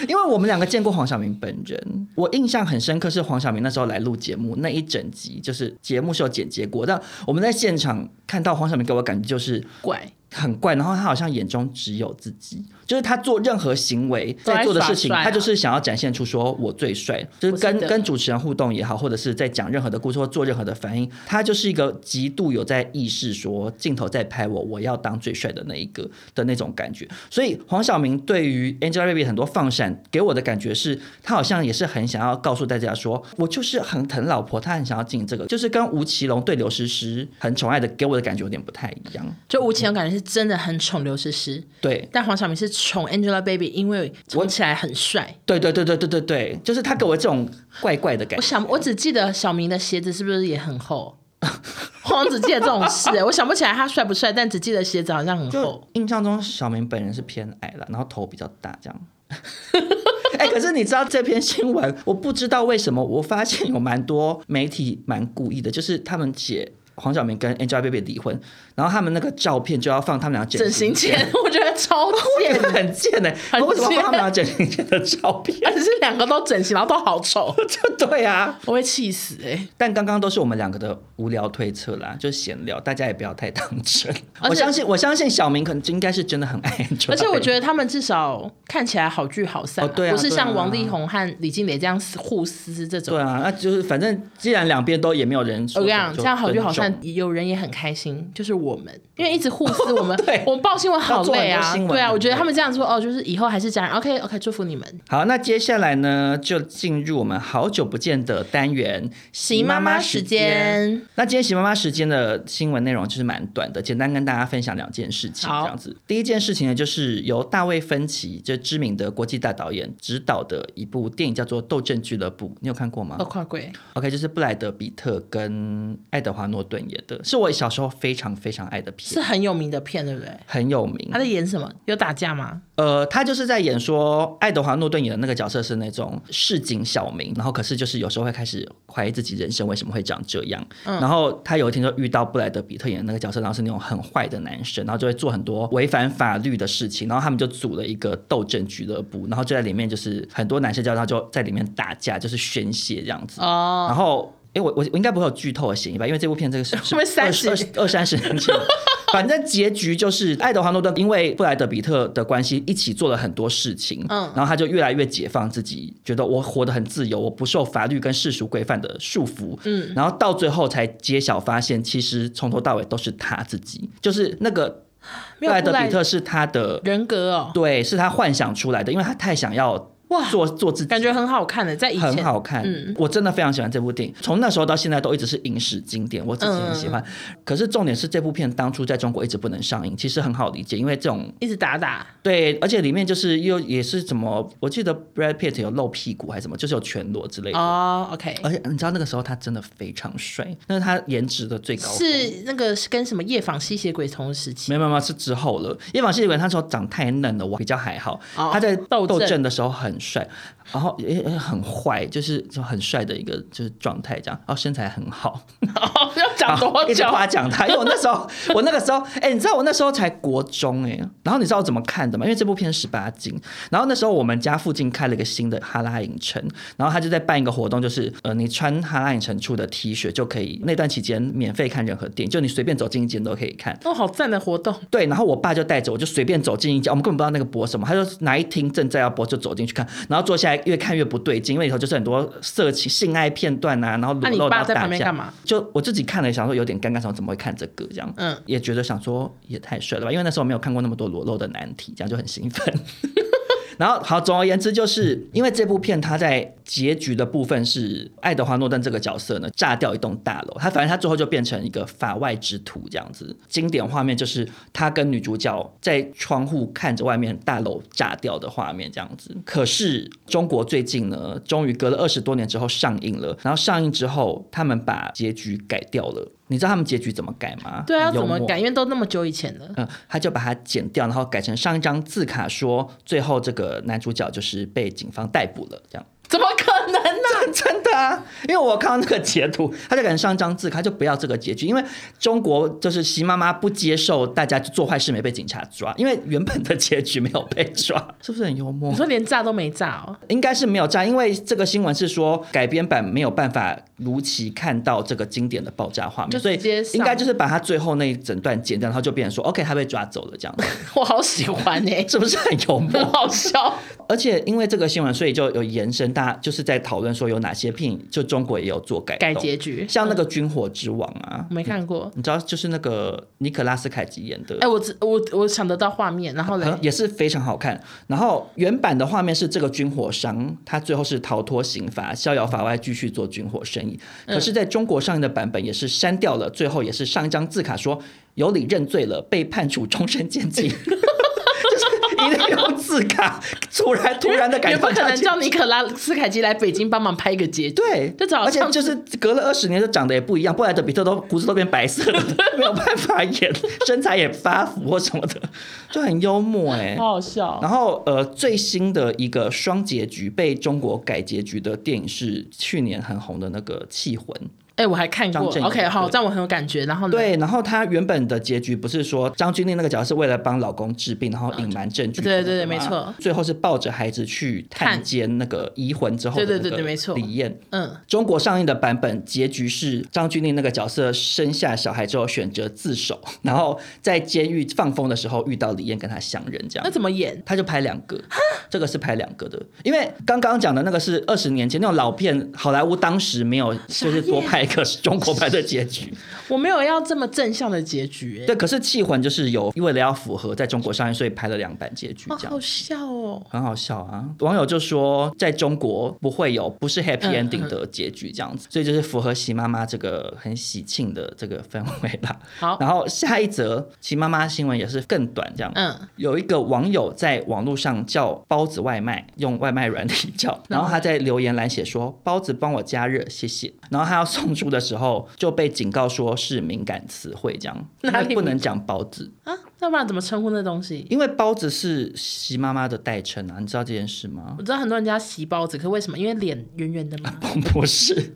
S2: 因为我们两个见过黄晓明本人，我印象很深刻是黄晓明那时候来录节目那一整集，就是节目是有剪结果，但我们在现场看到黄晓明给我感觉就是
S3: 怪
S2: 很怪，然后他好像眼中只有自己，就是他做任何行为
S3: 都在
S2: 在做的
S3: 耍
S2: 事情，
S3: 帅啊
S2: 他就是想要展现出说我最帅，就是
S3: 我
S2: 跟
S3: 记得
S2: 跟主持人互动也好，或者是在讲任何的故事或做任何的反应，他就是一个极度有在意识说镜头在拍我，我要当最帅的那一个的那种感觉。所以黄晓明对于 Angelababy 很多放闪，给我的感觉是他好像也是很想要告诉大家说，我就是很疼老婆，他很想要进这个，就是跟吴奇隆对刘诗诗很宠爱的，给我的感觉有点不太一样。
S3: 就吴奇隆感觉是真的很宠刘诗诗，
S2: 对，
S3: 但黄晓明是宠 Angelababy，因为宠起来很帅。
S2: 对对对对对对对，就是他给我这种怪怪的感
S3: 我
S2: 觉。
S3: 想，我只记得小明的鞋子是不是也很厚？ 我好像只记得这种事、欸，我想不起来他帅不帅，但只记得鞋子好像很
S2: 就
S3: 厚。
S2: 印象中，小明本人是偏矮了，然后头比较大这样。 哎、可是你知道这篇新闻，我不知道为什么，我发现有蛮多媒体蛮故意的，就是他们写黄晓明跟 Angelababy 离婚，然后他们那个照片就要放他们俩整
S3: 整 形前，我觉得超
S2: 片，
S3: 贱，
S2: 很贱的、
S3: 很
S2: 为什么放
S3: 贱
S2: 他们俩整形前的照片？
S3: 而且是两个都整形，然后都好丑，
S2: 就对啊，
S3: 我会气死哎、欸！
S2: 但刚刚都是我们两个的无聊推测啦，就闲聊，大家也不要太当真。
S3: 而且
S2: 我相信，我相信小明可能应该是真的很爱 Angelababy
S3: 而且我觉得他们至少看起来好聚好散、
S2: 哦对啊
S3: 不是
S2: 对
S3: 像
S2: 啊
S3: 王力宏和李静蕾这样撕互撕这种。
S2: 对啊，那就是反正既然两边都也没有人
S3: 我
S2: 说
S3: 跟你
S2: 什
S3: 讲
S2: 么，，
S3: 这样好聚好
S2: 就
S3: 散
S2: 尊，重。
S3: 有人也很开心，就是我们，因为一直互撕，我们
S2: 对
S3: 我们报新闻好累
S2: 要做很多
S3: 啊，
S2: 新闻
S3: 对啊，
S2: 很
S3: 我觉得
S2: 累
S3: 他们这样说哦，就是以后还是这样，OK OK，祝福你们。
S2: 好，那接下来呢，就进入我们好久不见的单元“
S3: 喜妈妈时。间，
S2: 那今天喜妈妈时间的新闻内容就是蛮短的，简单跟大家分享两件事情
S3: 好
S2: 这样子。第一件事情呢，就是由大卫芬奇这知名的国际大导演执导的一部电影叫做《斗阵俱乐部》，你有看过吗？
S3: 哦，跨鬼，
S2: OK，就是布莱德比特跟爱德华诺顿演的，是我小时候非常非常爱的
S3: 是
S2: 片，
S3: 很有名的片，对不对？
S2: 很有名
S3: 他。在演什么？有打架吗？
S2: 呃，他就是在演说爱德华诺顿演的那个角色是那种市井小民，然后可是就是有时候会开始怀疑自己人生为什么会长这样。
S3: 嗯
S2: 然后他有一天就遇到布莱德比特演的那个角色，然后是那种很坏的男生，然后就会做很多违反法律的事情，然后他们就组了一个斗争俱乐部，然后就在里面就是很多男生叫他就在里面打架，就是宣泄这样子。
S3: 哦，
S2: 然后，因为我我我应该不会有剧透的嫌疑吧？因为这部片这个是
S3: 是不是三十
S2: 二二二三十 年前？反正结局就是爱德华诺顿因为布莱德比特的关系一起做了很多事情，嗯
S3: 嗯，
S2: 然后他就越来越解放自己，觉得我活得很自由，我不受法律跟世俗规范的束缚，嗯，然后到最后才揭晓发现，其实从头到尾都是他自己，就是那个布
S3: 没有
S2: 莱德
S3: 布莱
S2: 比特是他的
S3: 人格哦，
S2: 对，是他幻想出来的，因为他太想要
S3: 哇，
S2: 做做自己，
S3: 感觉很好看的，在以前
S2: 很好看，
S3: 嗯
S2: 我真的非常喜欢这部电影，从那时候到现在都一直是影史经典，我自己很喜
S3: 嗯
S2: 欢。可是重点是这部片当初在中国一直不能上映，其实很好理解，因为这种
S3: 一直打打，
S2: 对，而且里面就是又也是怎么，我记得 Brad Pitt 有露屁股还是什么，就是有全裸之类的。
S3: 哦，OK，
S2: 而且你知道那个时候他真的非常帅，那是他颜值的最高峰。
S3: 是那个是跟什么夜访吸血鬼同时期
S2: 没有没有没有是之后了。叶访谢伟他那时候长太嫩了，我比较还好。
S3: 哦
S2: 他在
S3: 斗
S2: 斗
S3: 阵
S2: 阵的时候很帅，然后也也很坏，就是就很帅的一个就是状态这样，然后身材很好。
S3: 哦， 要讲多
S2: 一直
S3: 久？
S2: 夸奖他，因为我那 时候，我那个时候，哎、你知道我那时候才国中哎、然后你知道我怎么看的吗？因为这部片十八禁，然后那时候我们家附近开了一个新的哈拉影城，然后他就在办一个活动，就是呃，你穿哈拉影城出的 T 恤就可以，那段期间免费看任何电影，就你随便走进一间都可以看。
S3: 哦，好赞的活动，
S2: 对，然后我爸就带着我，就随便走进一家，我们根本不知道那个播什么，他就哪一厅正在要播就走进去看，然后坐下来越看越不对劲，因为里头就是很多色情、性爱片段啊，然后裸
S3: 那你
S2: 露
S3: 爸
S2: 然后
S3: 在
S2: 打
S3: 旁边
S2: 架
S3: 干嘛？
S2: 就我自己看了，想说有点尴尬，想怎么会看这个这样，
S3: 嗯，
S2: 也觉得想说也太帅了吧，因为那时候没有看过那么多裸露的男体，这样就很兴奋。然后好，总而言之，就是因为这部片，它在结局的部分是爱德华诺顿这个角色呢炸掉一栋大楼，他反正他最后就变成一个法外之徒这样子。经典画面就是他跟女主角在窗户看着外面大楼炸掉的画面这样子。可是中国最近呢，终于隔了二十多年之后上映了，然后上映之后，他们把结局改掉了。你知道他们结局怎么改吗？
S3: 对啊，
S2: 很幽
S3: 怎么
S2: 默
S3: 改？因为都那么久以前了。
S2: 嗯，他就把它剪掉，然后改成上一张字卡说，最后这个男主角就是被警方逮捕了，这样。
S3: 怎么可能呢、
S2: 真的啊，因为我看到那个截图，他就改成上一张字卡，他就不要这个结局，因为中国就是习妈妈不接受大家做坏事没被警察抓，因为原本的结局没有被抓，是不是很幽默
S3: 你？说连炸都没炸哦？
S2: 应该是没有炸，因为这个新闻是说改编版没有办法如期看到这个经典的爆炸画面，
S3: 就
S2: 所以
S3: 直接上
S2: 应该就是把他最后那一整段剪掉，然后就变成说 OK，他被抓走了这样子，
S3: 我好喜欢 哎、
S2: 是不 是很幽默？
S3: 很好笑。
S2: 而且因为这个新闻，所以就有延伸，大家就是在讨论说有哪些片，就中国也有做改
S3: 改
S2: 动
S3: 结局
S2: 像那个《军火之王》啊，
S3: 我没看过。
S2: 你知道，就是那个尼可拉斯凯奇演的
S3: 哎、，我只我我想得到画面，然后嘞，
S2: 很也是非常好看。然后原版的画面是这个军火商，他最后是逃脱刑罚，逍遥法外，继续做军火生意。
S3: 嗯
S2: 可是在中国上映的版本也是删掉了，最后也是上一张字卡说有理认罪了，被判处终身 监禁。就是一定要用字卡，突然突然的感
S3: 也
S2: 觉
S3: 不可能
S2: 上去
S3: 叫尼可拉斯凯奇来北京帮忙拍一个结局。
S2: 对，
S3: 这早
S2: 而且
S3: 上
S2: 就是隔了二十年，就长得也不一样，布莱德比特都胡子都变白色了，没有办 法演，身材也发福或什么的，就很幽默哎、
S3: 好好笑。
S2: 然后呃，最新的一个双结局被中国改结局的电影是去年很红的那个《气魂》。
S3: 哎、我还看过
S2: 张震。
S3: OK，
S2: 岳
S3: 好，
S2: 对
S3: 这样我很有感觉。然后呢，
S2: 对，然后他原本的结局不是说张钧甯那个角色是为了帮老公治病，然后隐瞒证据什
S3: 对
S2: 么的吗，
S3: 对对没错
S2: 最后是抱着孩子去探
S3: 探
S2: 监那个遗魂之后的
S3: 对对
S2: 那
S3: 对
S2: 个
S3: 对没错
S2: 李艳
S3: 嗯，
S2: 中国上映的版本结局是张钧甯那个角色生下小孩之后选择自首，然后在监狱放风的时候遇到李艳跟他相认，这
S3: 那
S2: 样
S3: 怎么演？
S2: 他就拍两个，这个是拍两个的，因为刚刚讲的那个是二十年前那种老片，好莱坞当时没有就是多拍一个中国拍的结局，
S3: 我没有要这么正向的结局、哎，
S2: 对，可是《气魂》就是有为了要符合在中国上映，所以拍了两版结局
S3: 哦，
S2: 这
S3: 好
S2: 样。
S3: 笑哦。
S2: 很好笑啊！网友就说，在中国不会有不是 happy
S3: 嗯
S2: ending 的结局这样子，所以就是符合喜妈妈这个很喜庆的这个氛围啦。
S3: 好
S2: 然后下一则喜妈妈新闻也是更短这样。
S3: 嗯，
S2: 有一个网友在网络上叫包子外卖，用外卖软体 叫，然后他在留言栏写说包子帮我加热，谢谢。然后他要送出的时候就被警告说是敏感词汇，这样因
S3: 哪里
S2: 为不能讲包子，
S3: 啊，要不然怎么称呼那东西？
S2: 因为包子是喜妈妈的代称啊，你知道这件事吗
S3: 我？知道很多人家洗包子，可为什么？因为脸圆圆的嘛，
S2: 不是，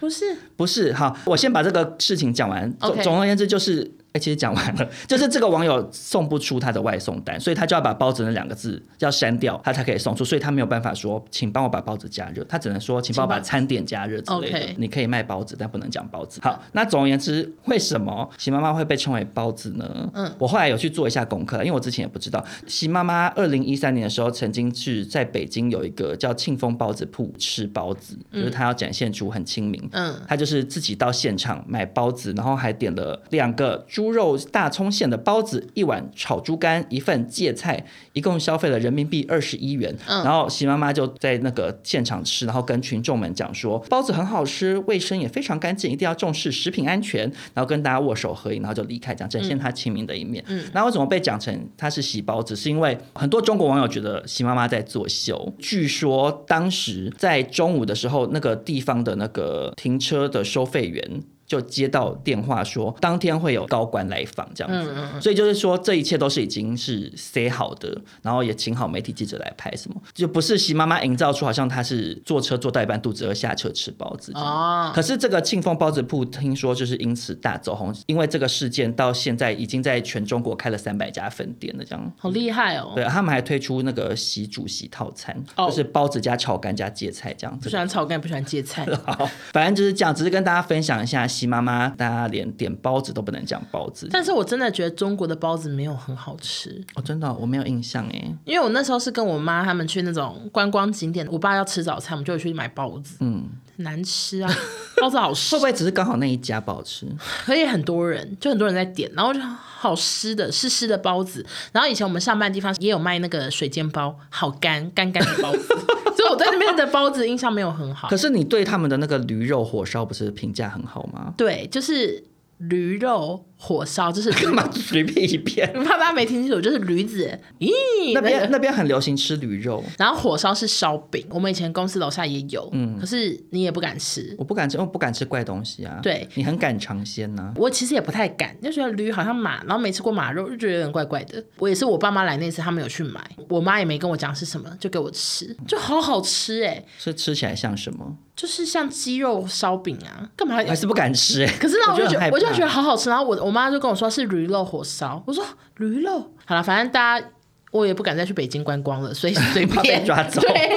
S3: 不是？
S2: 不是，好，我先把这个事情讲完。总
S3: OK
S2: 总而言之，就是，哎、其实讲完了， 就是这个网友送不出他的外送单，所以他就要把包子那两个字要删掉，他才可以送出，所以他没有办法说，请帮我把包子加热，他只能说，请帮我把
S3: 请帮
S2: 餐点加热之类的。
S3: OK
S2: 你可以卖包子，但不能讲包子。好，那总而言之，为什么喜妈妈会被称为包子呢？嗯，我后来有去做一下功课，因为我之前也不知道，喜妈妈二零一三年的时候曾经是在北京有一个叫庆丰包子铺吃包子，就是他要 展现出很亲民。
S3: 嗯
S2: 他就是自己到现场买包子，然后还点了两个猪猪肉大葱馅的包子，一碗炒猪肝，一份芥菜，一共消费了人民币二十一元。
S3: 嗯
S2: 然后席妈妈就在那个现场吃，然后跟群众们讲说，包子很好吃，卫生也非常干净，一定要重视食品安全。然后跟大家握手合影，然后就离开，这样展现她亲民的一面。嗯，那为什么被讲成她是席包子？是因为很多中国网友觉得席妈妈在作秀。据说当时在中午的时候，那个地方的那个停车的收费员。就接到电话说，当天会有高官来访这样子，
S3: 嗯
S2: 所以就是说这一切都是已经是塞好的，然后也请好媒体记者来拍什么，就不是席妈妈营造出好像她是坐车坐到一半肚子饿下车吃包子这样
S3: 哦，
S2: 可是这个庆丰包子铺听说就是因此大走红，因为这个事件到现在已经在全中国开了三百家分店了，这样。
S3: 好厉害哦！
S2: 对，他啊们还推出那个席主席套餐，
S3: 哦啊
S2: 就是包子加炒肝加芥菜这样
S3: 不
S2: 子
S3: 喜。欢炒肝，不喜欢芥菜，
S2: 好，反正就是这样，只是跟大家分享一下，席妈妈大家连点包子都不能讲包子。
S3: 但是我真的觉得中国的包子没有很好吃，
S2: 哦，真的哦、我没有印象哎。
S3: 因为我那时候是跟我妈他们去那种观光景点，我爸要吃早餐，我们就有去买包子，
S2: 嗯，
S3: 难吃啊， 包子好湿
S2: 会不，会只是刚好那一家不好吃？
S3: 可以很多人，就很多人在点，然后就好湿的，湿湿的包子。然后以前我们上班的地方也有卖那个水煎包，好干干干的 包子，所以我对那边的包子印象没有很好
S2: 可。是你对他们的那个驴肉火烧不是评价很好 吗？
S3: 对，就是驴肉火烧，就是驴
S2: 干嘛随便一遍？
S3: 怕大家没听清楚，就是驴子，咦，
S2: 那边
S3: 个
S2: 那边很流行吃驴肉。
S3: 然后火烧是烧饼，我们以前公司楼下也有，
S2: 嗯
S3: 可是你也不敢吃。
S2: 我不敢吃，我不敢吃怪东西啊。
S3: 对
S2: 你很敢尝鲜啊呐、
S3: 我其实也不太敢，就觉得驴好像马，然后没吃过马肉，就觉得有点怪怪的。我也是我爸妈来那次，他们有去买，我妈也没跟我讲是什么，就给我吃，就好好吃哎、
S2: 是吃起来像什么？
S3: 就是像鸡肉烧饼啊，干嘛
S2: 我？还是不敢吃哎、
S3: 可是呢，我就觉
S2: 很
S3: 得
S2: 害怕
S3: 我就觉得好好吃，然后我我妈就跟我说是驴肉火烧，我说驴肉，好了，反正大家我也不敢再去北京观光了，所以随
S2: 怕 被
S3: 便
S2: 抓走
S3: 对，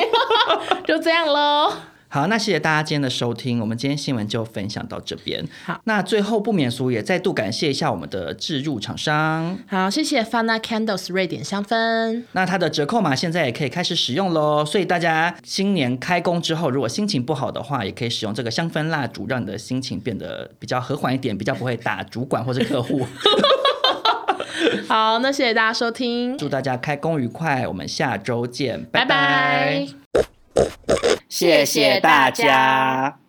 S3: 就这样喽。
S2: 好，那谢谢大家今天的收听，我们今天新闻就分享到这边。
S3: 好，
S2: 那最后不免俗，也再度感谢一下我们的置入厂商。
S3: 好，谢谢 Fana Candles 瑞典香氛。
S2: 那它的折扣码现在也可以开始使用喽，所以大家新年开工之后，如果心情不好的话，也可以使用这个香氛蜡烛，让你的心情变得比较和缓一点，比较不会打主管或是客户。
S3: 好，那谢谢大家收听，
S2: 祝大家开工愉快，我们下周见，
S3: 拜
S2: 拜
S3: 拜。
S2: 谢谢大家。